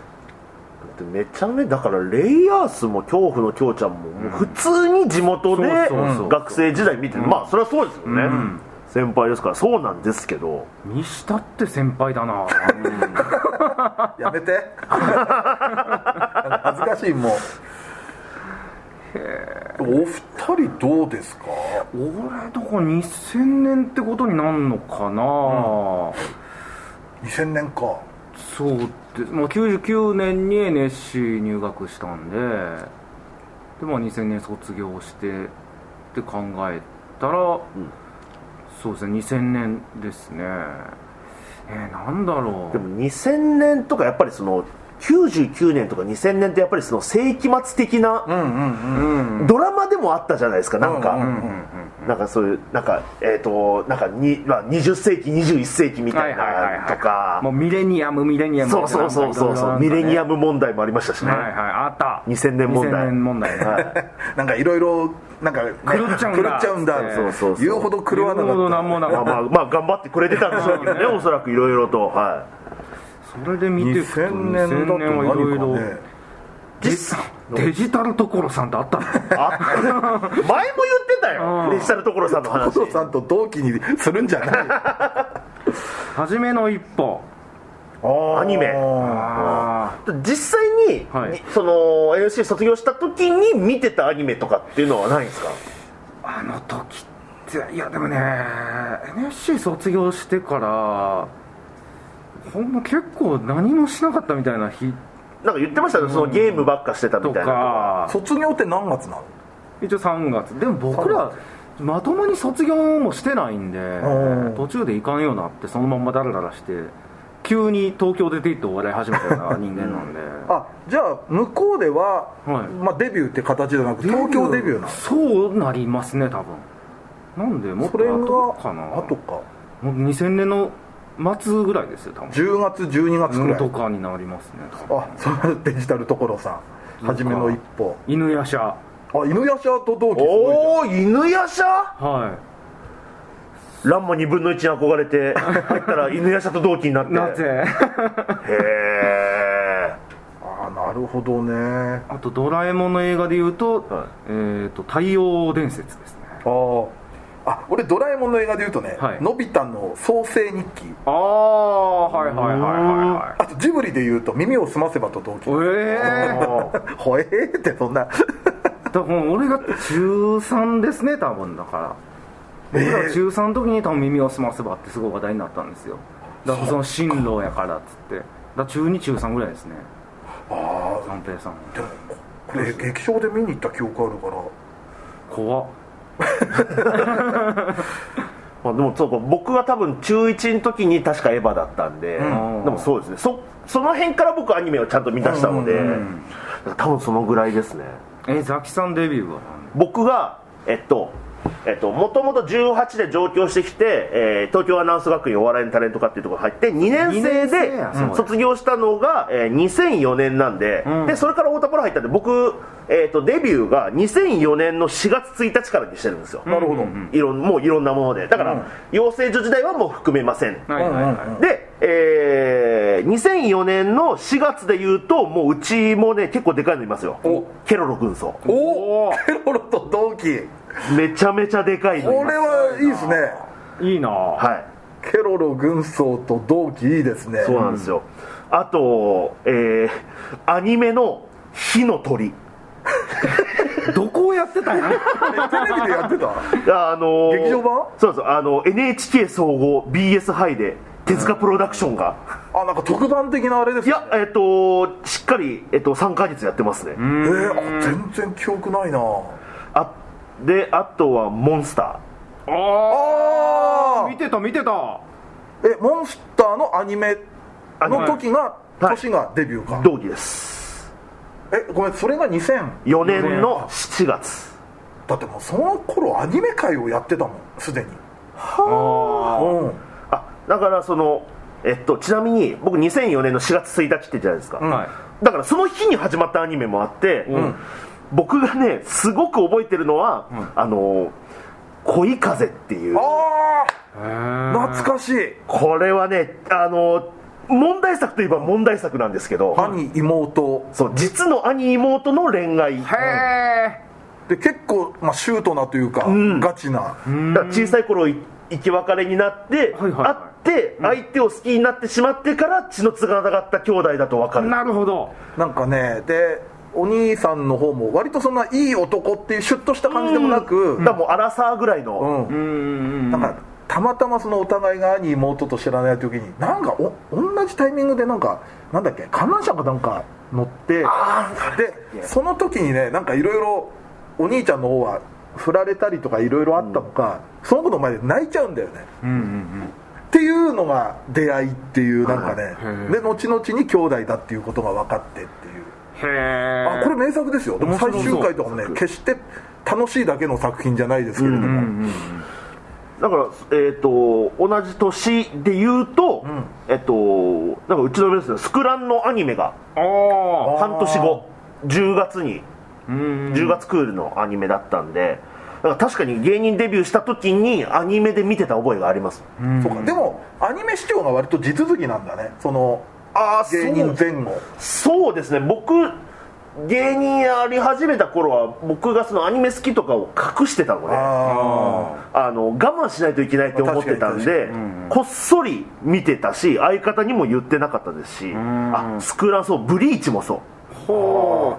Speaker 3: めちゃめちゃだからレイヤースも恐怖の京ちゃんももう普通に地元で
Speaker 2: そうそうそう
Speaker 3: 学生時代見てるまあそれはそうですよね
Speaker 2: ん
Speaker 3: 先輩ですからそうなんですけど
Speaker 2: 西田って先輩だな
Speaker 1: やめて 恥ずかしいもうお二人どうですか
Speaker 2: 俺どこ2000年ってことになるのかな、
Speaker 1: 2000年か
Speaker 2: そうですもう99年に NSC 入学したんでで、まあ、2000年卒業してって考えたら、そうですね2000年ですねえー、なんだろ
Speaker 3: で
Speaker 2: う
Speaker 3: も2000年とかやっぱりその99年とか2000年ってやっぱりその世紀末的な
Speaker 1: うんうんうん
Speaker 3: ドラマでもあったじゃないですかなんか、
Speaker 1: うんうんうん
Speaker 3: なんかそういうなんかえっ、となんかに、まあ、20世紀21世紀みたいなとか
Speaker 2: もうミレニアムミレニアム
Speaker 3: そうそうそうそうそう、ミレニア
Speaker 2: ム
Speaker 3: ム問題もありましたしね、
Speaker 2: はいはいあった
Speaker 3: 2000年問題
Speaker 2: 2000年問題ね
Speaker 1: なんかいろいろなんかね、
Speaker 2: 狂っちゃうんだ
Speaker 1: 狂っちゃうんだ
Speaker 2: そう
Speaker 3: そうそう
Speaker 1: 言うほど狂わな
Speaker 2: 言うほど
Speaker 1: か
Speaker 2: な
Speaker 1: っ
Speaker 2: んもなか
Speaker 3: ま
Speaker 2: っ
Speaker 3: あ
Speaker 2: た
Speaker 3: まあ、まあ、頑張ってくれてたんでしょうけどねおそらくいろいろと、は
Speaker 2: それで見ていくと
Speaker 1: 2000年だと
Speaker 2: 2000年はいろいろ
Speaker 1: 何 かね
Speaker 2: デ ジデジタル所さんってあったの
Speaker 3: い、あ前も言ってたよ、
Speaker 2: うん
Speaker 3: デジタル所さんの
Speaker 1: た
Speaker 3: 話
Speaker 1: 細 さんと同期にするんじゃない
Speaker 2: 初めの一歩
Speaker 1: あー
Speaker 3: アニメ
Speaker 2: あ
Speaker 3: 実際に、
Speaker 2: はい
Speaker 3: にその NC 卒業した時に見てたアニメとかっていうのはないんですか
Speaker 2: あの時っていやでもね NSC 卒業してからほんま結構何もしなかったみたいな日
Speaker 3: なんか言ってましたね、そのゲームばっかしてたみ
Speaker 2: と
Speaker 3: たいな
Speaker 2: か
Speaker 1: 卒業って何月なの
Speaker 2: 一応3月でも僕らまともに卒業もしてないんで
Speaker 1: ん
Speaker 2: 途中で行かんようになってそのまんまダラダラして急に東京出て行ってお笑い始めたような人間なんで
Speaker 1: あじゃあ向こうでは、
Speaker 2: はい
Speaker 1: まあ、デビューって形じゃなく東京デビューなの
Speaker 2: そうなりますね多分なんでもっ
Speaker 1: そ
Speaker 2: と
Speaker 1: れ
Speaker 2: 後
Speaker 1: は
Speaker 2: かな
Speaker 1: 後か
Speaker 2: もう2000年の末ぐらいですよ多分
Speaker 1: 10月12月くらい、
Speaker 2: とかになりますね
Speaker 1: あそれ デジタル所さん初めの一歩
Speaker 2: 犬やしゃ
Speaker 1: あ犬夜叉と同期すごいじゃん
Speaker 3: おお犬夜叉
Speaker 2: は
Speaker 3: ランマ2分の1に憧れて入ったら犬夜叉と同期になっ
Speaker 2: い
Speaker 3: て
Speaker 2: なぜ
Speaker 3: へえ
Speaker 1: あーなるほどねあ
Speaker 2: あとドラえもんの映画で言うと,、
Speaker 3: はい
Speaker 2: えー、と太陽伝説ですね
Speaker 1: ーあ俺ドラえもんの映画で言うとね、
Speaker 2: はい
Speaker 1: のび太の創世日記
Speaker 2: ああはいはいはいは
Speaker 1: あとジブリで言うと耳をすませばと同期
Speaker 2: いはいええ
Speaker 1: ほえーってそんな
Speaker 2: ー、だから俺が中3ですね多分だから僕ら中3の時に多分耳を澄ませばってすごい話題になったんですよだからその進路やからっつってだから中2中3ぐらいですね
Speaker 1: あ
Speaker 2: 三平さん
Speaker 1: あでもこれ劇場で見に行った記憶あるから
Speaker 2: 怖っ
Speaker 3: まあ、でもそうか僕は多分中1の時に確かエヴァだったんで、
Speaker 2: ん
Speaker 3: でもそうですねそその辺から僕アニメをちゃんと見出したので、
Speaker 1: うんうんう
Speaker 3: 多分そのぐらいですね
Speaker 2: えザキさんデビューは
Speaker 3: 僕がえっとえっともともと18で上京してきて、えー東京アナウンス学院お笑いのタレント科っていうところに入って2年生
Speaker 2: 二年生
Speaker 3: で
Speaker 2: やそうや
Speaker 3: 卒業したのが、えー2004年なんで,、
Speaker 2: うん
Speaker 3: でそれから太田プロ入ったんで僕、えっとデビューが2004年の4月1日からにしてるんですよ、
Speaker 1: なるほど、
Speaker 2: うんうん
Speaker 3: いろんもういろんなものでだから、
Speaker 1: うん
Speaker 3: 養成所時代はもう含めません、
Speaker 2: はいはいはい、
Speaker 1: うんうんうん
Speaker 3: で、えー2004年の4月で言うともううちもね結構でかいのいますよ
Speaker 1: お
Speaker 3: ケロロ軍曹
Speaker 1: お
Speaker 2: お
Speaker 1: お
Speaker 2: ー
Speaker 1: ケロロと同期
Speaker 3: めちゃめちゃでかい
Speaker 1: こ
Speaker 3: のいま
Speaker 1: れ
Speaker 3: す
Speaker 1: はいいですね
Speaker 2: いいなぁ
Speaker 3: はい
Speaker 1: ケロロ軍曹と同期いいですね
Speaker 3: そうなんですよ、あとえーアニメの「火の鳥
Speaker 2: どこをやってたんや
Speaker 1: テレビでやってた」
Speaker 3: あのー
Speaker 1: 劇場版
Speaker 3: そうそうあの NHK 総合 BS ハイで手塚プロダクションが、
Speaker 1: あなんか特番的なあれです
Speaker 3: い
Speaker 1: ね
Speaker 3: やえっ、としっかり、えっと3ヶ月やってますね、
Speaker 1: えー、あ全然記憶ないな
Speaker 3: あであとはモンスタ
Speaker 2: あ
Speaker 1: あー
Speaker 2: 見てた見てた
Speaker 1: えモンスターのアニメ
Speaker 3: ーあ
Speaker 1: の
Speaker 3: の
Speaker 1: 時が
Speaker 3: はい
Speaker 1: 年がデビューか、
Speaker 3: 同期です
Speaker 1: えごめんそれが2000
Speaker 3: 4年の7月
Speaker 1: だってもうその頃アニメ界をやってたもんすでに
Speaker 2: あ
Speaker 1: うん
Speaker 3: あだからそのえっとちなみに僕2004年の4月1日ってじゃないですか、
Speaker 2: あはい
Speaker 3: だからその日に始まったアニメもあって、
Speaker 2: ん
Speaker 3: 僕がねすごく覚えてるのは、あの恋風っていう
Speaker 1: あ
Speaker 2: へ
Speaker 1: あ懐かしい
Speaker 3: これはねあの問題作といえば問題作なんですけど、
Speaker 1: 兄妹
Speaker 3: そう実の兄妹の恋愛だか
Speaker 2: え
Speaker 1: で結構、まあ、シュートなというか、
Speaker 3: ん
Speaker 1: ガチな
Speaker 3: ら小さい頃い生き別れになって、
Speaker 2: はいはいはい
Speaker 3: 会って相手を好きになってしまってから血のつがなかった兄弟だと分かる
Speaker 2: なるほど
Speaker 1: なんかねでお兄さんの方も割とそんないい男っていうシュッとした感じでもなく
Speaker 3: だからもうアラサーぐらいの、
Speaker 1: うん、
Speaker 2: うんうん
Speaker 1: なんかたまたまそのお互いが兄妹と知らない時になんかお同じタイミングでなんかなんだっけ観覧車かなんか乗ってでその時にねなんかいろいろお兄ちゃんの方は振られたりとかいろいろあったのか、その子の前で泣いちゃうんだよね
Speaker 2: うんうん
Speaker 1: っていうのが出会いっていうなんかね
Speaker 2: はい
Speaker 1: で後々に兄弟だっていうことが分かってっていう
Speaker 2: へえ
Speaker 1: あこれ名作ですよでも
Speaker 2: 面白
Speaker 1: 最
Speaker 2: そう
Speaker 1: 終回とかもね決して楽しいだけの作品じゃないですけれども、
Speaker 2: うんうんうん
Speaker 3: だから、えー、と同じ年で言うと、
Speaker 1: ん
Speaker 3: えっ、となんかうちのですねスクランのアニメが
Speaker 2: ああ
Speaker 3: 半年後10月に
Speaker 2: うん
Speaker 3: 10月クールのアニメだったんで、だから確かに芸人デビューした時にアニメで見てた覚えがあります、
Speaker 1: そうかでもアニメ視聴が割と地続きなんだねその
Speaker 3: ああそ
Speaker 1: 芸人
Speaker 3: う
Speaker 1: 前後
Speaker 3: そうですね僕芸人やり始めた頃は僕がそのアニメ好きとかを隠してたので、
Speaker 1: あ
Speaker 3: あの我慢しないといけないって思ってたんで、こっそり見てたし相方にも言ってなかったですしあスクランそうブリーチもそうほ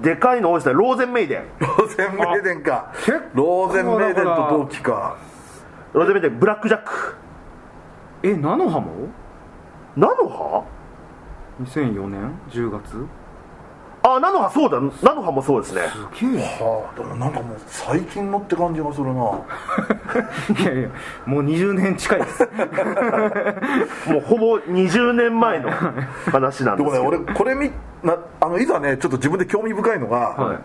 Speaker 3: うでかいの多いですねローゼンメイデン
Speaker 1: ーローゼンメーデンかローゼンメーデンと同期か
Speaker 3: ローゼンメイデンブラックジャック
Speaker 2: え菜の葉も
Speaker 3: 菜の葉
Speaker 2: 2004年10月
Speaker 3: あ菜の葉そうだ菜の葉もそうですね
Speaker 2: すげえ
Speaker 1: はあでもなんかもう最近のって感じがするない
Speaker 2: やいやもう20年近いです
Speaker 3: もうほぼ20年前の話なん
Speaker 1: で
Speaker 3: です
Speaker 1: も
Speaker 3: け
Speaker 1: ね
Speaker 3: ど
Speaker 1: 俺これみなあのいざねちょっと自分で興味深いのが、
Speaker 2: はい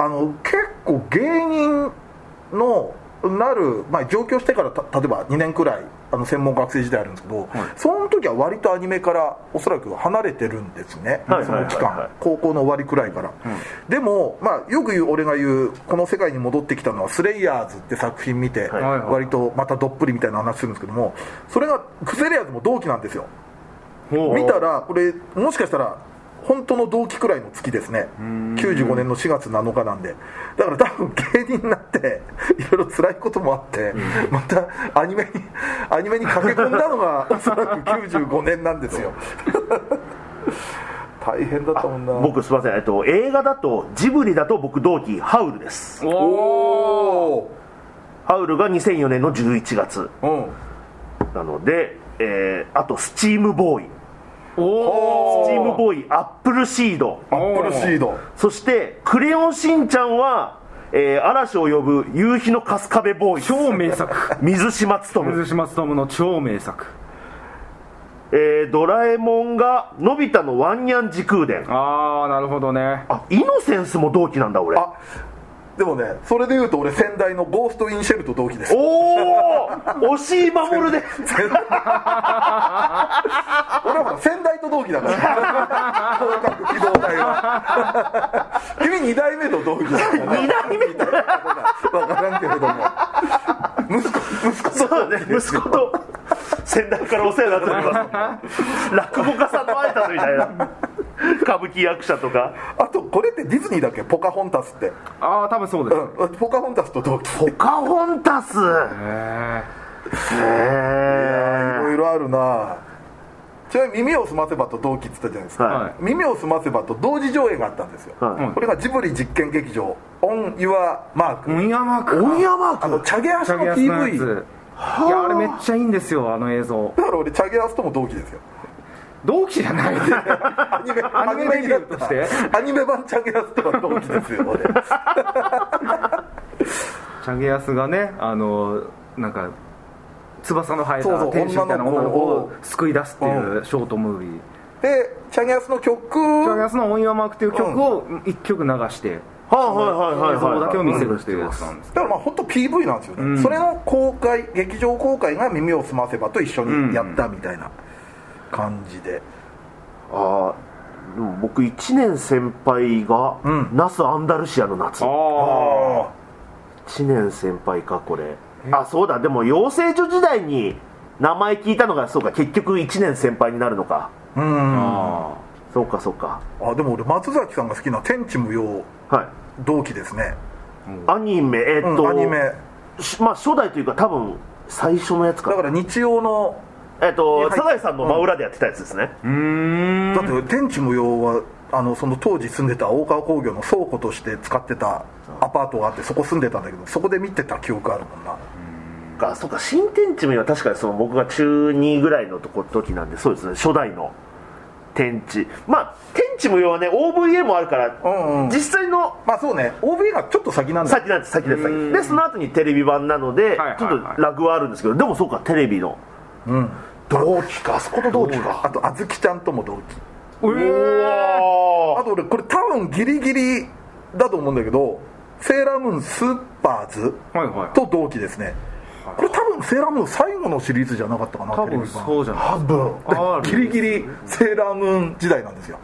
Speaker 1: あの結構芸人のなる、まあ、上京してからた例えば2年くらいあの専門学生時代あるんですけど、その時は割とアニメからおそらく離れてるんですね、
Speaker 3: はい
Speaker 1: その期
Speaker 3: はいはいはい
Speaker 1: 間高校の終わりくらいから、でも、まあ、よく言う俺が言うこの世界に戻ってきたのは「スレイヤーズ」って作品見て、
Speaker 3: はい
Speaker 2: はい
Speaker 1: 割とまたどっぷりみたいな話するんですけどもそれがクセレイヤーズも同期なんですよ
Speaker 2: ほ
Speaker 1: 見たらこれもしかしたら本当の同期くらいの月ですね95年の4月7日なんでだから多分芸人になっていろいろ辛いこともあって、またアニメにアニメに駆け込んだのがおそらく95年なんですよ大変だったもんな
Speaker 3: 僕すいません、えっと、映画だとジブリだと僕同期ハウルです
Speaker 2: おお
Speaker 1: お
Speaker 3: ハウルが2004年の11月
Speaker 1: ーうん
Speaker 3: なので、えーあとスチームボーイ
Speaker 2: お
Speaker 1: お
Speaker 3: スチームボーイアップルシード
Speaker 1: アップルシード
Speaker 3: そして「クレヨンしんちゃんは」えー嵐を呼ぶ夕日の春日部ボーイズ
Speaker 2: 超名作
Speaker 3: 水島努、
Speaker 2: 水島勉の超名作
Speaker 3: えードラえもんがのび太のワンニャン時空伝
Speaker 2: ああなるほどね
Speaker 3: あイノセンスも同期なんだ俺
Speaker 1: あでもねそれでいうと俺先代のゴースト・イン・シェルと同期です
Speaker 3: おお惜しい守るで
Speaker 1: 俺はほら先代と同期だから広角機動隊は君2代目と同期だからね
Speaker 3: 二代目
Speaker 1: だから分からんけれども息子息子
Speaker 3: そうね息子と先代からお世話になっております落語家さんと会えたみたいな歌舞伎役者とか
Speaker 1: あとこれってディズニーだっけポカホンタスって、
Speaker 2: ああ多分そうです、
Speaker 1: うん、ポカホンタスと同期
Speaker 3: ポカホンタス
Speaker 2: へえ
Speaker 1: いろいろあるなちなみに耳をすませばと同期って言ったじゃないですか、
Speaker 3: は
Speaker 1: 耳をすませばと同時上映があったんですよ、
Speaker 3: はい
Speaker 1: これがジブリ実験劇場「オン・ユア・マーク」
Speaker 2: オンヤマーク
Speaker 3: オンヤマ
Speaker 1: あの
Speaker 3: ーク
Speaker 1: チャゲアス
Speaker 2: チ
Speaker 1: の
Speaker 2: ャゲアスのや
Speaker 1: PV
Speaker 2: ついやあれめっちゃいいんですよあの映像
Speaker 1: だから俺チャゲアスとも同期ですよ
Speaker 2: 同期じゃ ないで
Speaker 1: アニメ
Speaker 2: アニメデビューとして
Speaker 1: アニメ版チャゲアスとは同期ですよ 俺
Speaker 2: チャゲアスがねあのなんか翼の生え
Speaker 1: そうそ
Speaker 2: た
Speaker 1: う
Speaker 2: 天使みたいな女の子
Speaker 1: 女の
Speaker 2: を
Speaker 1: 子を
Speaker 2: 救い出すっていうショートムービー
Speaker 1: でチャゲアスの曲
Speaker 2: チャゲアスの「オン・ユア・マーク」っていう曲を一曲流して
Speaker 3: はいはいはいはい
Speaker 2: 映像だけを見せるっていう
Speaker 3: う
Speaker 2: やつなんです
Speaker 1: だからまあ本当 PV なんですよね、
Speaker 2: ん
Speaker 1: それの公開劇場公開が「耳をすませば」と一緒にやったみたいな感じで、
Speaker 3: あーでも僕1年先輩が
Speaker 1: うん
Speaker 3: 那須アンダルシアの夏
Speaker 2: あ
Speaker 1: あ
Speaker 3: 1年先輩かこれあそうだでも養成所時代に名前聞いたのがそうか結局1年先輩になるのか
Speaker 1: あうん
Speaker 2: あ
Speaker 3: そうかそうか
Speaker 1: あでも俺松崎さんが好きな「天地無用
Speaker 3: はい」
Speaker 1: 同期ですね、
Speaker 3: アニメえっ
Speaker 1: うん
Speaker 3: と、
Speaker 1: アニメ
Speaker 3: しまあ初代というか多分最初のやつか
Speaker 1: だから日曜の
Speaker 3: えっと
Speaker 1: はい
Speaker 3: サザエさんの真裏でやってたやつですね、
Speaker 2: うーん
Speaker 1: だって天地無用はあのその当時住んでた大川工業の倉庫として使ってたアパートがあってそこ住んでたんだけどそこで見てた記憶あるもんな
Speaker 3: あそうか新天地も今確かにその僕が中2ぐらいのとこ時なんでそうですね初代の天地まあ天地無用はね OVA もあるから、
Speaker 1: うんうん
Speaker 3: 実際の
Speaker 1: まあそうね OB がちょっと先なんだ
Speaker 3: 先なんです先です先でその後にテレビ版なので、
Speaker 2: はいはい
Speaker 3: ちょっとラグはあるんですけどでもそうかテレビの
Speaker 1: うん
Speaker 3: 同期かあそこと同期
Speaker 1: あ
Speaker 3: か
Speaker 1: とあずきちゃんとも同期
Speaker 2: うえ
Speaker 1: あ
Speaker 3: お
Speaker 1: と俺これ多分ギリギリだと思うんだけどセーラームーンスーパーズ
Speaker 2: はいはい
Speaker 1: と同期ですねこれ多分セーラームーン最後のシリーズじゃなかったかな
Speaker 2: 多
Speaker 1: テレ
Speaker 2: 分
Speaker 1: ビ版
Speaker 2: そうじゃないあ
Speaker 1: 多分
Speaker 2: る
Speaker 1: ギリギリセーラームーン時代なんですよ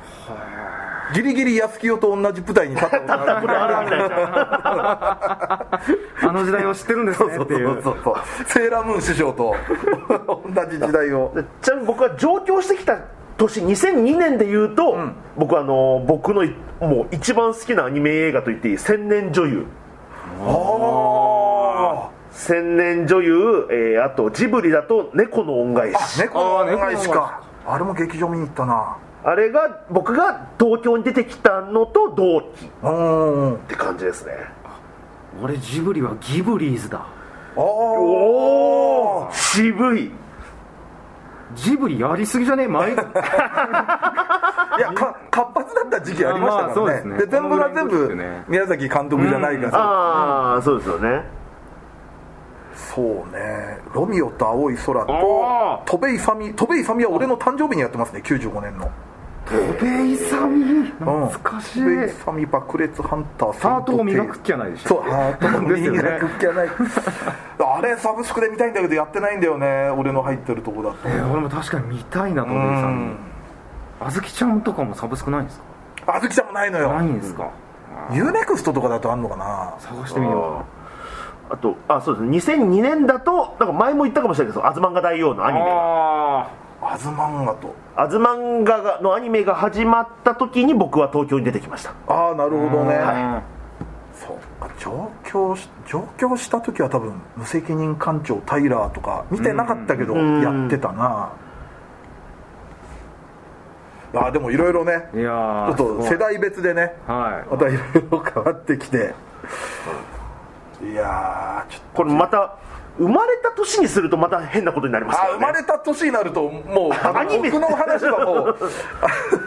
Speaker 1: ギリギリ安清と同じ舞台に立ったことがある
Speaker 3: あるみたいな
Speaker 2: あの時代を知ってるんですね
Speaker 1: そう
Speaker 2: って
Speaker 1: そう
Speaker 2: い
Speaker 1: そう
Speaker 2: う
Speaker 1: そうセーラームーン師匠と同じ時代を
Speaker 3: でちなみに僕は上京してきた年2002年で言うと、
Speaker 1: ん
Speaker 3: 僕あの僕のいもう一番好きなアニメ映画と言っていい千年女優
Speaker 1: あ
Speaker 3: 千年女優、えーあとジブリだと猫の恩返し
Speaker 1: あ猫の恩返し
Speaker 2: あ
Speaker 1: かあれも劇場見に行ったな
Speaker 3: あれが僕が東京に出てきたのと同期っ
Speaker 1: うん
Speaker 3: て感じですね
Speaker 2: 俺ジブリはギブリーズだ
Speaker 1: おお
Speaker 3: 渋い
Speaker 2: ジブリやりすぎじゃねえ毎
Speaker 1: いやか活発だった時期ありました
Speaker 2: まあそう
Speaker 1: か
Speaker 2: で
Speaker 1: ら
Speaker 2: すね
Speaker 1: ねで全部が全
Speaker 2: このぐ
Speaker 1: 部
Speaker 2: らいの時ってね
Speaker 1: 宮崎監督じゃないから
Speaker 3: ああそうですよね
Speaker 1: そうね「ロミオと青い空」
Speaker 2: あ
Speaker 1: と「戸
Speaker 2: ー
Speaker 1: 辺勇美」戸辺勇美は俺の誕生日にやってますね95年の
Speaker 2: 戸辺勇
Speaker 1: うん
Speaker 2: 懐かしい
Speaker 1: 戸辺勇美爆裂ハンター
Speaker 2: ハートを磨くっ
Speaker 1: き
Speaker 2: きゃないでし
Speaker 1: そう
Speaker 2: ょ
Speaker 1: ハートを
Speaker 2: ですよね
Speaker 1: 磨くっきゃないあれサブスクで見たいんだけどやってないんだよね俺の入ってるとこだと
Speaker 2: えー俺も確かに見たいな戸
Speaker 1: う
Speaker 2: 辺さんに
Speaker 1: ん
Speaker 2: あずきちゃんとかもサブスクないんですか
Speaker 1: あずきちゃんもないのよ
Speaker 2: ないんですか、
Speaker 1: ユーネクストとかだとあんのかな
Speaker 2: 探してみよ
Speaker 3: あとあそうですね2002年だとなんか前も言ったかもしれないけど「アズマンガ大王」のア
Speaker 2: う
Speaker 3: ニメが
Speaker 2: あ
Speaker 1: アズマンガと
Speaker 3: 「アズマンガが」のアニメが始まった時に僕は東京に出てきました
Speaker 1: ああなるほどね、
Speaker 2: あ、
Speaker 1: そうか上京し上京した時は多分無責任艦長タイラーとか見てなかったけど
Speaker 3: うん
Speaker 1: やってたな、あーでもいろいろね
Speaker 2: いや
Speaker 1: ちょっと世代別でね
Speaker 2: は
Speaker 1: またいろいろ変わってきていやーちょっ
Speaker 3: これまた生まれた年にするとまた変なことになり
Speaker 1: と
Speaker 3: ますか
Speaker 1: あ
Speaker 3: ら、
Speaker 1: ー
Speaker 3: ね、
Speaker 1: 生まれた年になると もうあの
Speaker 3: アニメ
Speaker 1: 僕の話はもう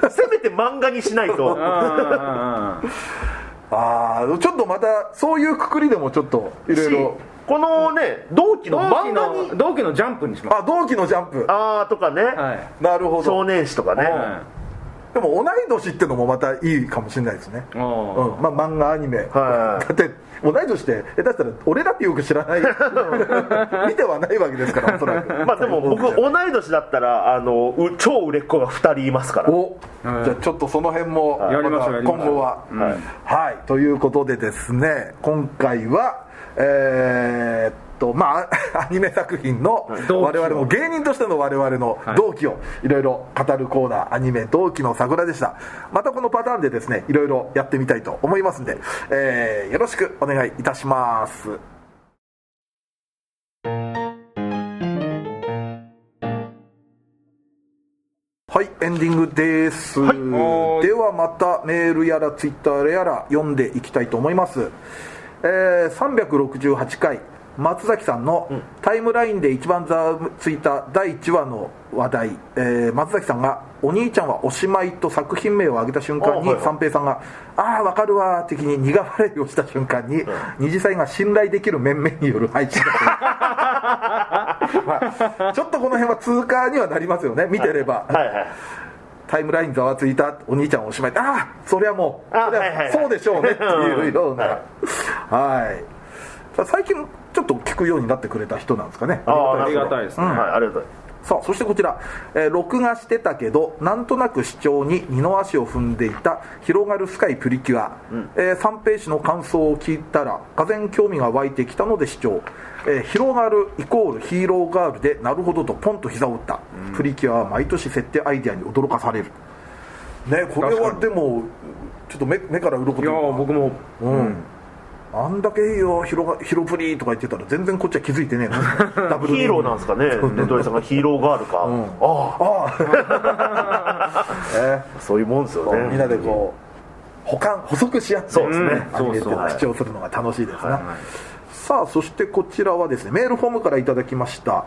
Speaker 3: せめて漫画にしないと
Speaker 2: い
Speaker 1: ああちょっとまたそういうくくりでもちょっといろいろ
Speaker 3: しこのね同期の
Speaker 2: 同期
Speaker 3: 漫画
Speaker 2: の
Speaker 3: に
Speaker 2: 同期のジャンプにしま
Speaker 1: あ同期のジャンプ
Speaker 3: ああとかね、
Speaker 2: すはい、
Speaker 1: なるほ
Speaker 3: 少
Speaker 1: ど
Speaker 3: 年誌とかね、
Speaker 2: は
Speaker 1: でも同い年ってのもまたいいかもしれないですね
Speaker 2: い、おー
Speaker 1: うん、まあ漫画アニメ、
Speaker 3: はい
Speaker 1: だって同い年って下手したら俺だってよく 知らない見てはないわけですからおそらく
Speaker 3: まあでも 僕同い年だったらあのう超売れっ子が2人いますから
Speaker 1: おじゃあちょっとその辺も
Speaker 2: やりましょ
Speaker 1: た
Speaker 2: うやりましょう
Speaker 1: 今後は、
Speaker 2: うん
Speaker 1: はい、ということでですね今回はえーっとまあ アニメ作品の
Speaker 2: い
Speaker 1: 我々も芸人としての我々の
Speaker 2: はい
Speaker 1: 同期をいろいろ語るコーナーアニメ同期の桜でしたまたこのパターンでですねいろいろやってみたいと思いますんで、えーよろしくお願いいたしますはいエンディングです、
Speaker 2: ーい
Speaker 1: ではまたメールやらツイッターやら読んでいきたいと思います、えー368回松崎さんのタイムラインで一番ざわついた第1話の話題、えー松崎さんが「お兄ちゃんはおしまい」と作品名を挙げた瞬間
Speaker 3: あ
Speaker 1: に
Speaker 3: はい
Speaker 1: 三平さんが「ああわかるわ」的に苦笑いをした瞬間に二次祭が信頼できる面々による配置だ ったちょっとこの辺は通過にはなりますよね見てれば、
Speaker 3: はいはい
Speaker 1: タイムラインざわついたお兄ちゃんおしまいああそりゃもう
Speaker 3: あ
Speaker 1: そりゃ
Speaker 3: はいはいはい
Speaker 1: そうでしょうねっていうような
Speaker 3: は
Speaker 1: はいさあ最近ちょっと聞くようになってくれた人なんですかね
Speaker 3: あー
Speaker 2: ありがたいですね、
Speaker 3: はいありがたい
Speaker 1: さあそしてこちら、えー録画してたけどなんとなく視聴に二の足を踏んでいた「広がる深いプリキュア」えー三平氏の感想を聞いたら俄然興味が湧いてきたので視聴、えー広がるイコールヒーローガールでなるほどとポンと膝を打った、プリキュアは毎年設定アイデアに驚かされるねこれは
Speaker 2: 確かに
Speaker 1: でもちょっと目目から鱗
Speaker 2: い
Speaker 1: とい
Speaker 2: や
Speaker 1: うか
Speaker 2: ー僕も
Speaker 1: うんあんだけいいよ広が広プリとか言ってたら全然こっちは気づいてねえなダブルミ
Speaker 3: ヒ
Speaker 1: ーニング
Speaker 3: ーローなんですかねネトリさんがヒーローガールか、
Speaker 1: ん
Speaker 3: あ
Speaker 1: ああ、ね
Speaker 3: あそういうもんですよね
Speaker 1: みんなでこう補完補足し合って
Speaker 3: そうですね
Speaker 1: アニメっていうのは
Speaker 3: そうそう
Speaker 1: 主張するのが楽しいですね、
Speaker 2: はい
Speaker 1: さあそしてこちらはですねメールフォームからいただきました、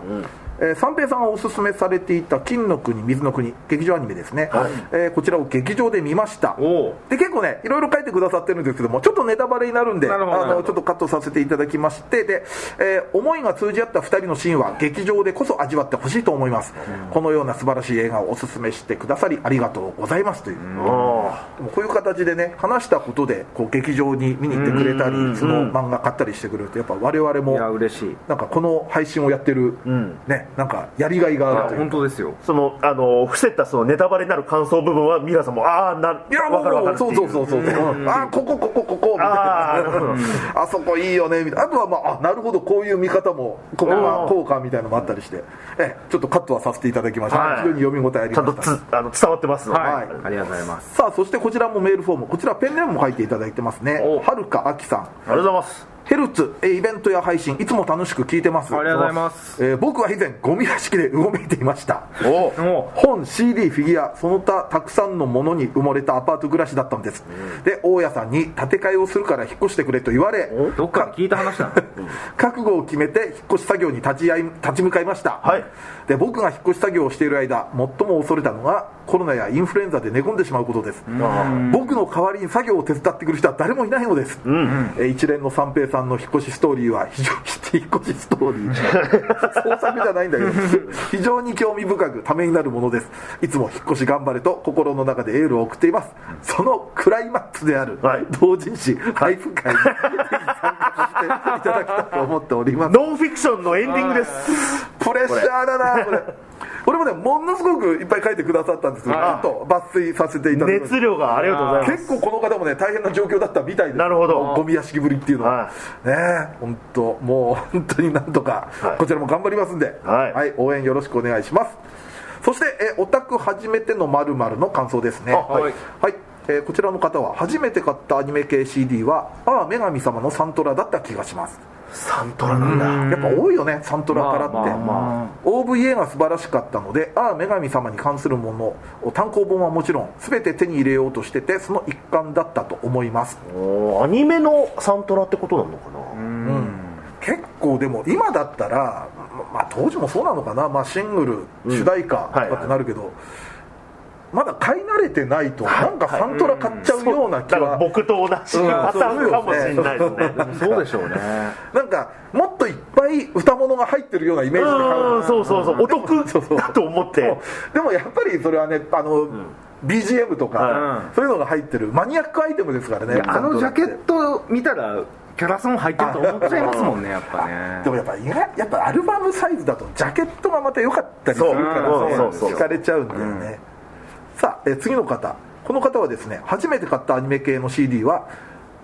Speaker 1: えー三平さんがおすすめされていた「金の国水の国」劇場アニメですね、えーこちらを劇場で見ました
Speaker 2: おう
Speaker 1: で結構ねいろいろ書いてくださってるんですけどもちょっとネタバレになるんで
Speaker 2: な
Speaker 1: あ
Speaker 2: るほどなるほ
Speaker 1: の
Speaker 2: ど
Speaker 1: ちょっとカットさせていただきましてで、えー思いが通じ合った2人のシーンは劇場でこそ味わってほしいと思います、このような素晴らしい映画をおすすめしてくださりありがとうございますという、
Speaker 3: あ
Speaker 1: でもこういう形でね話したことでこう劇場に見に行ってくれたり、その漫画買ったりしてくれるとやっぱ我々
Speaker 2: いや
Speaker 1: も
Speaker 2: 嬉しい
Speaker 1: なんかこの配信をやってる、
Speaker 3: ん
Speaker 1: ねなんかやりがいがあるという
Speaker 2: 本当ですよ
Speaker 3: そのあの伏せたそのネタバレになる感想部分はミラさんもああない
Speaker 1: やも
Speaker 3: わかるわか
Speaker 1: う
Speaker 3: るってい
Speaker 1: そうそうそうそう、うんあここここここみたい
Speaker 3: あーなるほど
Speaker 1: なあそこいいよねみたいなあとはまああなるほどこういう見方もここ
Speaker 3: う
Speaker 1: は
Speaker 3: ん
Speaker 1: こうかみたいなのもあったりしてええちょっとカットはさせていただきました、
Speaker 3: はい
Speaker 1: 非常に読み応えあり
Speaker 3: ちゃん
Speaker 1: ま
Speaker 3: と
Speaker 1: した
Speaker 3: つあの伝わってますので
Speaker 2: はい、
Speaker 1: はい
Speaker 2: ありがとうございます
Speaker 1: さあそしてこちらもメールフォームこちらペンネームも書いていただいてますね
Speaker 2: お
Speaker 1: はるかあきさん
Speaker 3: ありがとうございます
Speaker 1: ヘルツえイベントや配信いつも楽しく聞いてます
Speaker 2: ありがとうございます
Speaker 1: えー僕は以前ゴミ屋敷でうごめいていました
Speaker 3: お
Speaker 2: も
Speaker 1: 本 CD フィギュアその他たくさんのものに埋もれたアパート暮らしだったんです、で大家さんに建て替えをするから引っ越してくれと言われ
Speaker 2: うどっかで聞いた話だな
Speaker 1: 覚悟を決めて引っ越し作業に立ち会い立ち向かいました、
Speaker 3: はい
Speaker 1: で僕が引っ越し作業をしている間最も恐れたのがコロナやインフルエンザで寝込んでしまうことです僕の代わりに作業を手伝ってくる人は誰もいないのです、えー一連の三平さんの引っ越しストーリーは非常に 引っ越しストーリー 創作じゃないんだけ ど非常に興味深くためになるものですいつも引っ越し頑張れと心の中でエールを送っていますそのクライマックスである
Speaker 3: はい
Speaker 1: 同人誌配布会にぜひ参加していただきたいと思っております
Speaker 3: ノンフィクションのエンディングです
Speaker 1: プレッシャーだなこれ俺もねものすごくいっぱい書いてくださったんですけどちょ
Speaker 2: は
Speaker 1: っと抜粋させていただきます
Speaker 3: 熱量がありがとうございます
Speaker 1: 結構この方もね大変な状況だったみたいです
Speaker 3: なるほど
Speaker 1: ゴミ屋敷ぶりっていうのは
Speaker 3: は、
Speaker 1: ねえ本当もう本当になんとか、
Speaker 3: はい
Speaker 1: こちらも頑張りますんで、
Speaker 3: はい
Speaker 1: 応援よろしくお願いしますそしてえオタク初めてのまるの感想ですね
Speaker 3: あ
Speaker 1: はい、
Speaker 3: はい
Speaker 1: えーこちらの方は初めて買ったアニメ系 CD は「ああ女神様」のサントラだった気がします
Speaker 3: サントラなん
Speaker 1: や
Speaker 3: だ
Speaker 1: っぱ多いよねサントラからって、
Speaker 2: まあまあま
Speaker 1: OVA が素晴らしかったので「ああ女神様」に関するものを単行本はもちろん全て手に入れようとしててその一環だったと思います
Speaker 3: おーアニメのサントラってことなのかな
Speaker 1: 結構でも今だったら、ままあ、当時もそうなのかな、まあ、シングル主題歌
Speaker 3: はい
Speaker 1: とかってなるけど、まだ買い慣れてないとなんかサントラ買っちゃうような気
Speaker 3: だから
Speaker 1: は、
Speaker 3: 僕と同じパターンかもしれないですね
Speaker 2: そうでしょうね
Speaker 1: なんかもっといっぱい歌物が入ってるようなイメージで買うの
Speaker 3: うんそうそうそうお
Speaker 1: そうそう
Speaker 3: 得だと思って
Speaker 1: でもやっぱりそれはねあの、BGM とか、
Speaker 2: うん
Speaker 1: そういうのが入ってるマニアックアイテムですからね
Speaker 2: あのジャケ
Speaker 1: ト
Speaker 2: ット見たらキャラソン入ってると思っちゃいますもんね やっぱ
Speaker 1: で
Speaker 2: ね
Speaker 1: もやっぱ意外やっぱアルバムサイズだとジャケットがまた良かったりするからね
Speaker 3: そううんそうそうそう
Speaker 1: 惹かれちゃうんだよね、さあえー次の方この方はですね初めて買ったアニメ系の CD は「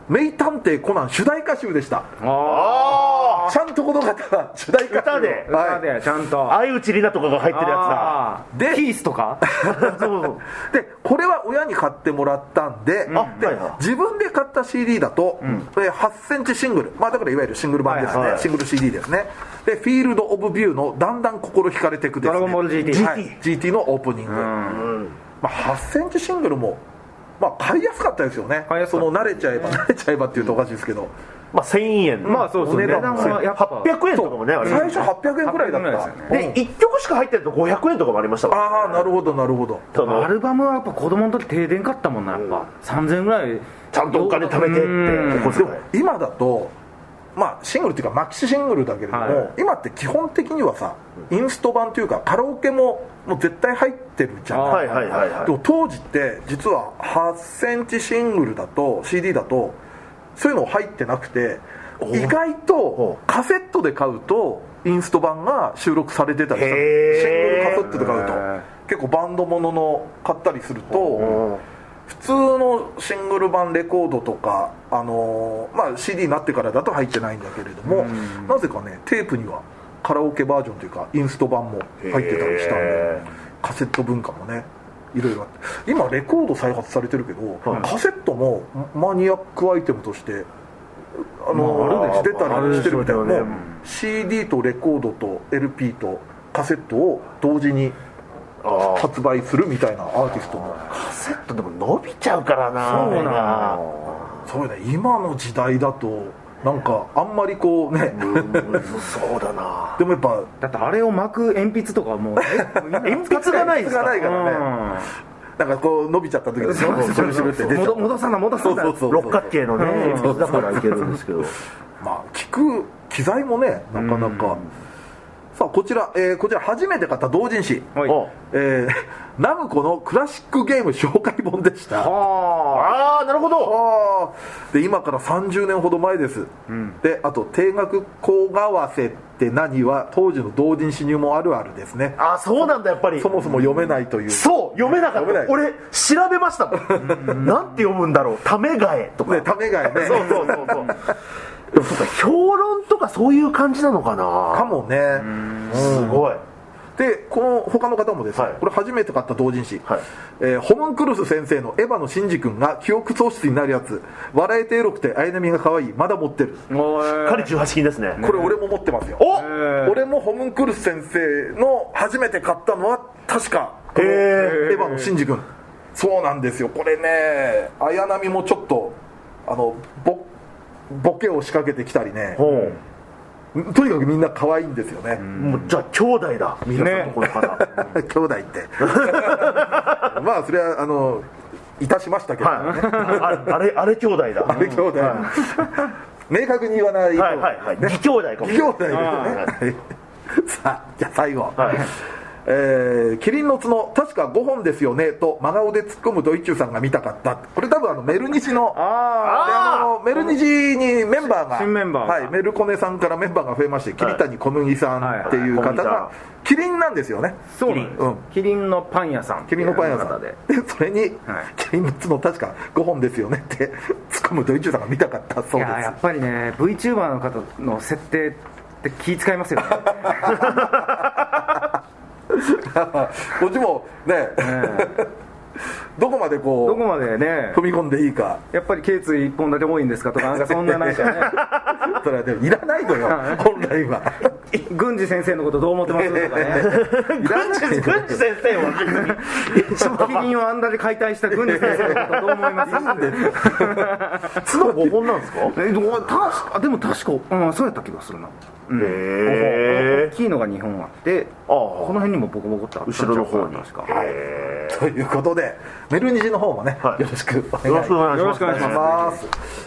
Speaker 1: 名探偵コナン」主題歌集でした
Speaker 2: あ
Speaker 3: あ
Speaker 1: ちゃんとこの方は主題歌集
Speaker 3: 歌で
Speaker 2: あ
Speaker 1: は
Speaker 2: 歌
Speaker 1: い
Speaker 2: でちゃん
Speaker 3: あ
Speaker 2: と
Speaker 3: 相内里奈とかが入ってるや
Speaker 2: あー
Speaker 1: で
Speaker 2: キースと か
Speaker 3: つだそうそう
Speaker 1: でこれは親に買ってもらったんで,、
Speaker 3: あ
Speaker 1: で
Speaker 3: はいはい
Speaker 1: 自分で買った CD だと、えー8センチシングル、まあ、だからいわゆるシングル版ですね、
Speaker 3: はいはい
Speaker 1: シングル CD ですねで「フィールド・オブ・ビュー」のだんだん心惹かれていくです、ね、
Speaker 2: ドラゴンボール GT
Speaker 1: はい GT のオープニング、まあ、8センチシングルも、まあ、買いやすかったですよね
Speaker 2: 買いやすか
Speaker 1: そ
Speaker 2: った
Speaker 1: の慣れちゃえば慣れちゃえばっていうとおかしいですけど、
Speaker 3: まあ1000円
Speaker 2: まあそうそう
Speaker 1: お値
Speaker 2: 値
Speaker 1: 段
Speaker 2: 段
Speaker 1: も
Speaker 2: はやっぱ
Speaker 3: 800円とかもねあれ
Speaker 1: 最初800円くらいだった
Speaker 2: 800
Speaker 1: うん
Speaker 3: で1曲しか入ってると500円とかもありましたから
Speaker 1: ああなるほどなるほど
Speaker 3: その
Speaker 2: アルバムはやっぱ子供の時停電買ったもんなやっぱ3000ぐらい
Speaker 3: ちゃんとお金貯めてってこ
Speaker 2: うん
Speaker 3: こでも
Speaker 1: 今だとまあシングルっていうかマキシシングルだけれども、
Speaker 2: はい
Speaker 1: 今って基本的にはさインスト版というかカラオケももう絶対入ってるじゃ
Speaker 2: あ
Speaker 1: ん
Speaker 3: はいはいはい
Speaker 1: で
Speaker 3: は
Speaker 1: も当時って実は8センチシングルだと CD だとそういうの入ってなくて意外とカセットで買うとインスト版が収録されてたりしたのシン
Speaker 3: へ
Speaker 1: グ
Speaker 3: ー
Speaker 1: ルカセットで買うと
Speaker 2: へー
Speaker 1: 結構バンドものの買ったりする
Speaker 3: い
Speaker 1: と
Speaker 3: うん
Speaker 1: 普通のシングル版レコードとか、あのーまあ、CD になってからだと入ってないんだけれどもなぜかねテープにはカラオケバージョンというかインスト版も入ってたりしたんで
Speaker 3: へ
Speaker 1: カセット文化もねいろいろあって今レコード再発されてるけど、カセットもマニアックアイテムとしてあの
Speaker 3: まああるでしょ
Speaker 1: 出たりしてるみたいな、
Speaker 3: あるでしょうね
Speaker 1: もう CD とレコードと LP とカセットを同時に
Speaker 3: ああ
Speaker 1: 発売するみたいなアーティストも
Speaker 3: カセットでも伸びちゃうからな
Speaker 2: そうなの
Speaker 1: そうね今の時代だとなんかあんまりこうね、
Speaker 3: うんそうだな
Speaker 1: でもやっぱ
Speaker 2: だってあれを巻く鉛筆とかはもう 鉛
Speaker 3: 鉛筆がないです
Speaker 1: が
Speaker 3: か
Speaker 1: ないからねなんかこう伸びちゃった時にシュルシュルシュルって出ちゃ
Speaker 2: 戻
Speaker 1: う
Speaker 2: 戻さな戻さな
Speaker 1: そうそう
Speaker 3: 六角形のね鉛筆だからいけるんですけど
Speaker 1: まあ聞く機材もねなかなかさあこちら、えーこちら初めて買った同人誌、
Speaker 2: はい
Speaker 3: お
Speaker 1: えーナムコのクラシックゲーム紹介本でした
Speaker 2: は
Speaker 3: ああなるほど
Speaker 1: あーで今から30年ほど前です、
Speaker 2: ん
Speaker 1: であと定額高為替って何は当時の同人誌入門あるあるですね
Speaker 3: あそうなんだやっぱり
Speaker 1: そもそも読めないという
Speaker 3: そう読めなかった
Speaker 1: 読めない
Speaker 3: 俺調べましたもんなんて読むんだろう「ためがえ」とか、
Speaker 1: ねためがえね
Speaker 3: そうそうそうそうでもそっか評論とかそういう感じなのか
Speaker 1: か
Speaker 3: な
Speaker 1: もね
Speaker 3: すごい
Speaker 1: でこの他の方もですね、
Speaker 3: はい
Speaker 1: これ初めて買った同人誌、
Speaker 3: はい
Speaker 1: えーホモンクルス先生のエヴァのシンジ君が記憶喪失になるやつ笑えてエロくて綾波が可愛いまだ持ってる
Speaker 2: あもう
Speaker 3: 彼18金ですね
Speaker 1: これ俺も持ってますよ、
Speaker 3: お
Speaker 2: え
Speaker 1: 俺もホムンクルス先生の初めて買ったのは確かこの
Speaker 3: へー
Speaker 1: エヴァのシンジ君そうなんですよこれね綾波もちょっとあのボボケを仕掛けてきたりね
Speaker 3: ほう
Speaker 1: とにかくみんな可愛いんですよね、
Speaker 3: もうじゃあ兄弟だ皆さんのこの方、
Speaker 1: 兄弟ってまあそれはあのいたしましたけど、ね
Speaker 3: はい、あれあれあれ兄弟だ
Speaker 1: あれ兄弟、明確に言わないと、
Speaker 3: はいはいはい
Speaker 1: ね
Speaker 3: 義兄弟かも
Speaker 1: 兄弟ですね、さあじゃあ最後、
Speaker 3: はい
Speaker 1: えーキリンの角確か5本ですよね」と真顔で突っ込むドイッチューさんが見たかったこれ多分あのメルニジの
Speaker 2: あ
Speaker 1: であのメルニジにメンバーが
Speaker 2: 新メンバーが
Speaker 1: はい、メルコネさんからメンバーが増えまして桐谷小麦さんっていう方
Speaker 3: はい
Speaker 1: が
Speaker 3: はい
Speaker 1: キリンなんですよね
Speaker 2: あそうなんです、
Speaker 1: うん
Speaker 2: キリンのパン屋さん
Speaker 1: キリンのパン屋
Speaker 2: ってい
Speaker 1: さ
Speaker 2: うん方で
Speaker 1: で それに
Speaker 2: はい
Speaker 1: 「キリンの角確か5本ですよね」って突っ込むドイッチューさんが見たかったそう
Speaker 2: い
Speaker 1: で
Speaker 2: やや
Speaker 1: す
Speaker 2: っぱりね VTuber の方の設定って気使いますよ ね
Speaker 1: こっちもね どこまでこう
Speaker 2: どこまでね
Speaker 1: 踏み込んでいいか
Speaker 2: やっぱり頸椎一本だけ多いんですかとかなんかそんななんか
Speaker 1: それはでもいらないのよ
Speaker 2: はい
Speaker 1: 本来は
Speaker 2: ね軍司先生のことどう思ってますとかね
Speaker 1: いらない
Speaker 3: 軍事先生は
Speaker 2: キリンをあんだけ解体した軍司先生のことどう思います
Speaker 3: 角5本なんですか
Speaker 2: えどう確かあでも確か、うん、そうやった気がするな、うん
Speaker 3: へー
Speaker 2: 大きいのが2本あって
Speaker 3: ああ
Speaker 2: この辺にもボコボコってあったんちゃ
Speaker 3: 後
Speaker 2: うか
Speaker 3: ろ
Speaker 2: な
Speaker 3: の方に
Speaker 2: 確か
Speaker 3: へ
Speaker 1: ということでメルニジの方もね
Speaker 3: はい
Speaker 1: よろしくお
Speaker 3: ーよ
Speaker 1: 願
Speaker 3: ろ
Speaker 1: い
Speaker 3: し
Speaker 1: します
Speaker 3: くお願
Speaker 2: よろしくお願
Speaker 3: いします
Speaker 2: いしま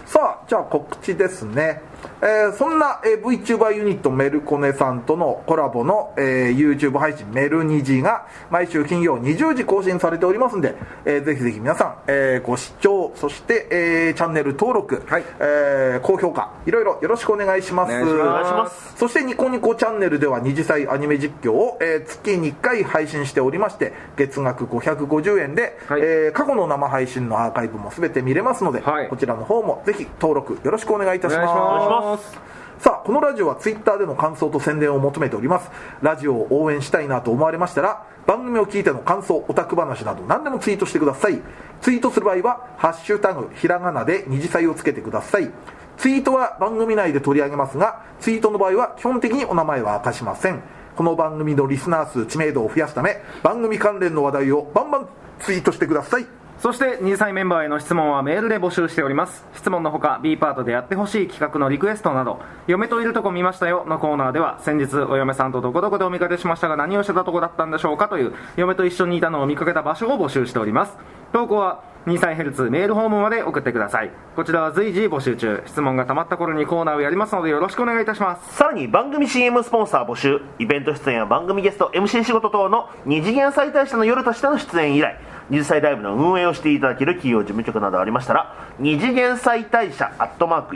Speaker 1: さあじゃあ告知ですね、えーそんな、えー VTuber ユニットメルコネさんとのコラボの、えー YouTube 配信メルニジが毎週金曜20時更新されておりますんで、えーぜひぜひ皆さん、えーご視聴そして、えーチャンネル登録、
Speaker 2: はい
Speaker 1: えー高評価いろいろよろしくお願いします
Speaker 2: お願いします
Speaker 3: お願いします
Speaker 1: そしてニコニコチャンネルでは二次祭アニメ実況を、えー月2回配信しておりまして月額550円で、
Speaker 2: はい
Speaker 1: えー過去の生配信のアーカイブも全て見れますので、
Speaker 2: はい
Speaker 1: こちらの方もぜひ登録よろしくお願いいたします
Speaker 2: お願いします
Speaker 1: さあこのラジオはツイッターでの感想と宣伝を求めておりますラジオを応援したいなと思われましたら番組を聞いての感想オタク話など何でもツイートしてくださいツイートする場合は「ハッシュタグひらがな」で二次祭をつけてくださいツイートは番組内で取り上げますがツイートの場合は基本的にお名前は明かしませんこの番組のリスナー数知名度を増やすため番組関連の話題をバンバンツイートしてください
Speaker 2: そして2歳メンバーへの質問はメールで募集しております質問のほか B パートでやってほしい企画のリクエストなど「嫁といるとこ見ましたよ」のコーナーでは先日お嫁さんとどこどこでお見かけしましたが何をしてたとこだったんでしょうかという嫁と一緒にいたのを見かけた場所を募集しております投稿は2歳ヘルツメールホームまで送ってくださいこちらは随時募集中質問がたまった頃にコーナーをやりますのでよろしくお願いいたします
Speaker 3: さらに番組 CM スポンサー募集イベント出演や番組ゲスト MC 仕事等の二次元再大社の夜としての出演以来二次祭ライブの運営をしていただける企業事務局などありましたら二次元再大社アットマーク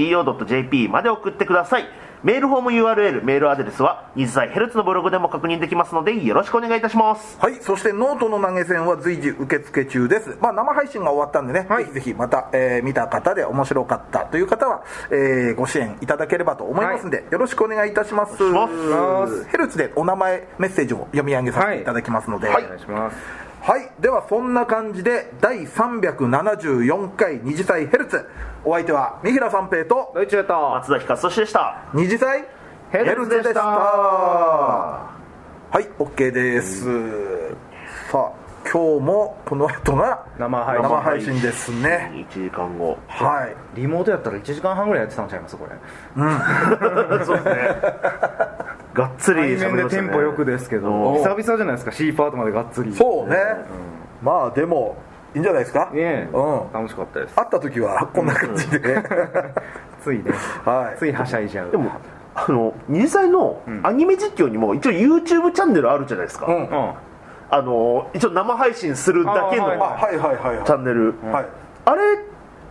Speaker 3: Yahoo.co.jp まで送ってくださいメールフォーム URL メールアドレスは二次祭ヘルツのブログでも確認できますのでよろしくお願いいたします
Speaker 1: はい、そしてノートの投げ銭は随時受付中です。まあ、生配信が終わったんでね、ぜひぜひまた、えー見た方で面白かったという方は、えーご支援いただければと思いますので、よろしくお願いいたします。
Speaker 3: お願いし
Speaker 2: ます
Speaker 1: ヘルツでお名前、メッセージを読み上げさせていただきますので、はい
Speaker 2: お願いします
Speaker 1: はいではそんな感じで第374回二次祭ヘルツ、お相手は三平三平と
Speaker 2: ドイツへと
Speaker 3: 松崎勝利でした
Speaker 1: 二次祭
Speaker 2: ヘルツでした
Speaker 1: はい OK です、さあ今日もこの後が
Speaker 2: 生配信
Speaker 1: 生配信ですね
Speaker 3: 1時間後
Speaker 1: はい
Speaker 2: リモートやったら1時間半ぐらいやってたんちゃいますこれ
Speaker 3: そうですねがっつり
Speaker 2: 対
Speaker 3: 喋
Speaker 2: 面
Speaker 3: り
Speaker 2: で
Speaker 3: ました
Speaker 2: テ
Speaker 3: ね
Speaker 2: ンポよくですけど
Speaker 3: おー
Speaker 2: 久々じゃないですか C パートまでがっつり
Speaker 1: そうね、まあでもいいんじゃないですか、
Speaker 2: ねえ、
Speaker 1: うん
Speaker 2: 楽しかったです
Speaker 1: 会った時はこんな感じで、
Speaker 2: ついね
Speaker 1: はい
Speaker 2: ついはしゃいじゃう
Speaker 3: でもあの二次祭の
Speaker 2: うん
Speaker 3: アニメ実況にも一応 YouTube チャンネルあるじゃないですか、
Speaker 1: うん
Speaker 2: うんは
Speaker 3: あの一応生配信するだけの
Speaker 2: あ
Speaker 1: あはいはいはい
Speaker 3: チャ
Speaker 1: は
Speaker 3: ンネル
Speaker 1: い、はい
Speaker 3: あれ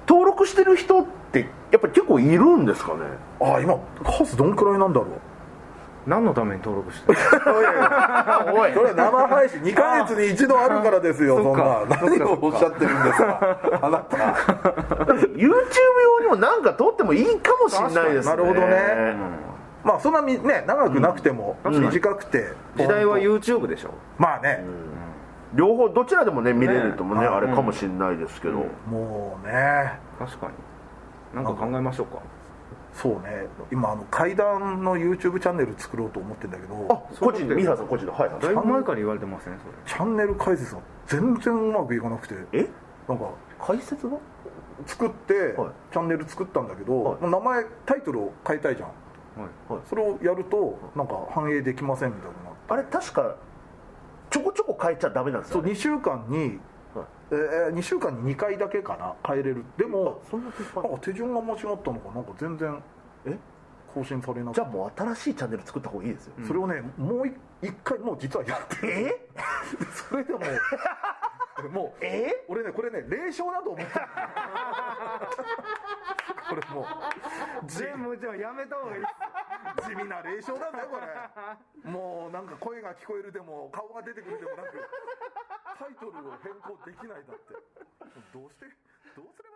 Speaker 3: 登録してる人ってやっぱ結構いるんですかね
Speaker 1: あ今数どんくらいなんだろう
Speaker 2: 何のために登録してる
Speaker 3: おい
Speaker 1: それは生配信2ヶ月に一度あるからですよそん
Speaker 2: あ
Speaker 1: な何をおっしゃってるんですかあなた
Speaker 3: YouTube 用にもなんか撮ってもいいかもしれないです
Speaker 1: 確かにな
Speaker 3: ね
Speaker 1: るほど
Speaker 2: う
Speaker 1: ね
Speaker 2: ん
Speaker 1: まあそんなみね長くなくても
Speaker 2: うん
Speaker 1: 短くて
Speaker 2: 時代は YouTube でしょ
Speaker 1: まあね
Speaker 3: 両方どちらでもね見れるともね
Speaker 1: ね
Speaker 3: あれかもしれないですけど、
Speaker 2: うん
Speaker 1: もうね
Speaker 2: 確かに何か考えましょうか
Speaker 1: そうね今あの階段の YouTube チャンネル作ろうと思ってんだけ
Speaker 3: あ
Speaker 1: ど
Speaker 3: 個人でミハさん個人ではい
Speaker 2: だ
Speaker 3: はい
Speaker 2: いぶ前から言われてますねそれ
Speaker 1: チャンネル解説が全然うまくいかなくて
Speaker 3: え
Speaker 1: なんか
Speaker 3: 解説は
Speaker 1: 作って、
Speaker 3: はい
Speaker 1: チャンネル作ったんだけど、
Speaker 3: はい
Speaker 1: もう名前タイトルを変えたいじゃん
Speaker 2: はい
Speaker 1: それをやるとなんか反映できませんみたいになって
Speaker 3: あれ確かちょこちょこ変えちゃダメなんです
Speaker 1: そ
Speaker 3: よ
Speaker 1: う
Speaker 3: ね
Speaker 1: 2週間に、
Speaker 3: はい
Speaker 1: えー、2週間に2回だけかな変えれるで
Speaker 3: あ
Speaker 1: も
Speaker 3: そんな鉄板
Speaker 1: なんか手順が間違ったのかなんか全然
Speaker 3: え
Speaker 1: 更新されなく
Speaker 3: じゃ
Speaker 1: て
Speaker 3: あもう新しいチャンネル作った方がいいですよ、
Speaker 1: それをねもうい一回もう実はやって
Speaker 3: え
Speaker 1: それでももう
Speaker 3: え
Speaker 1: 俺ねこれね霊障だと思ってる これもう地
Speaker 2: 全部じゃあやめた方がいい
Speaker 1: 地味な霊障だねこれもうなんか声が聞こえるでも顔が出てくるでもなくタイトルを変更できないだってどうしてどうすれば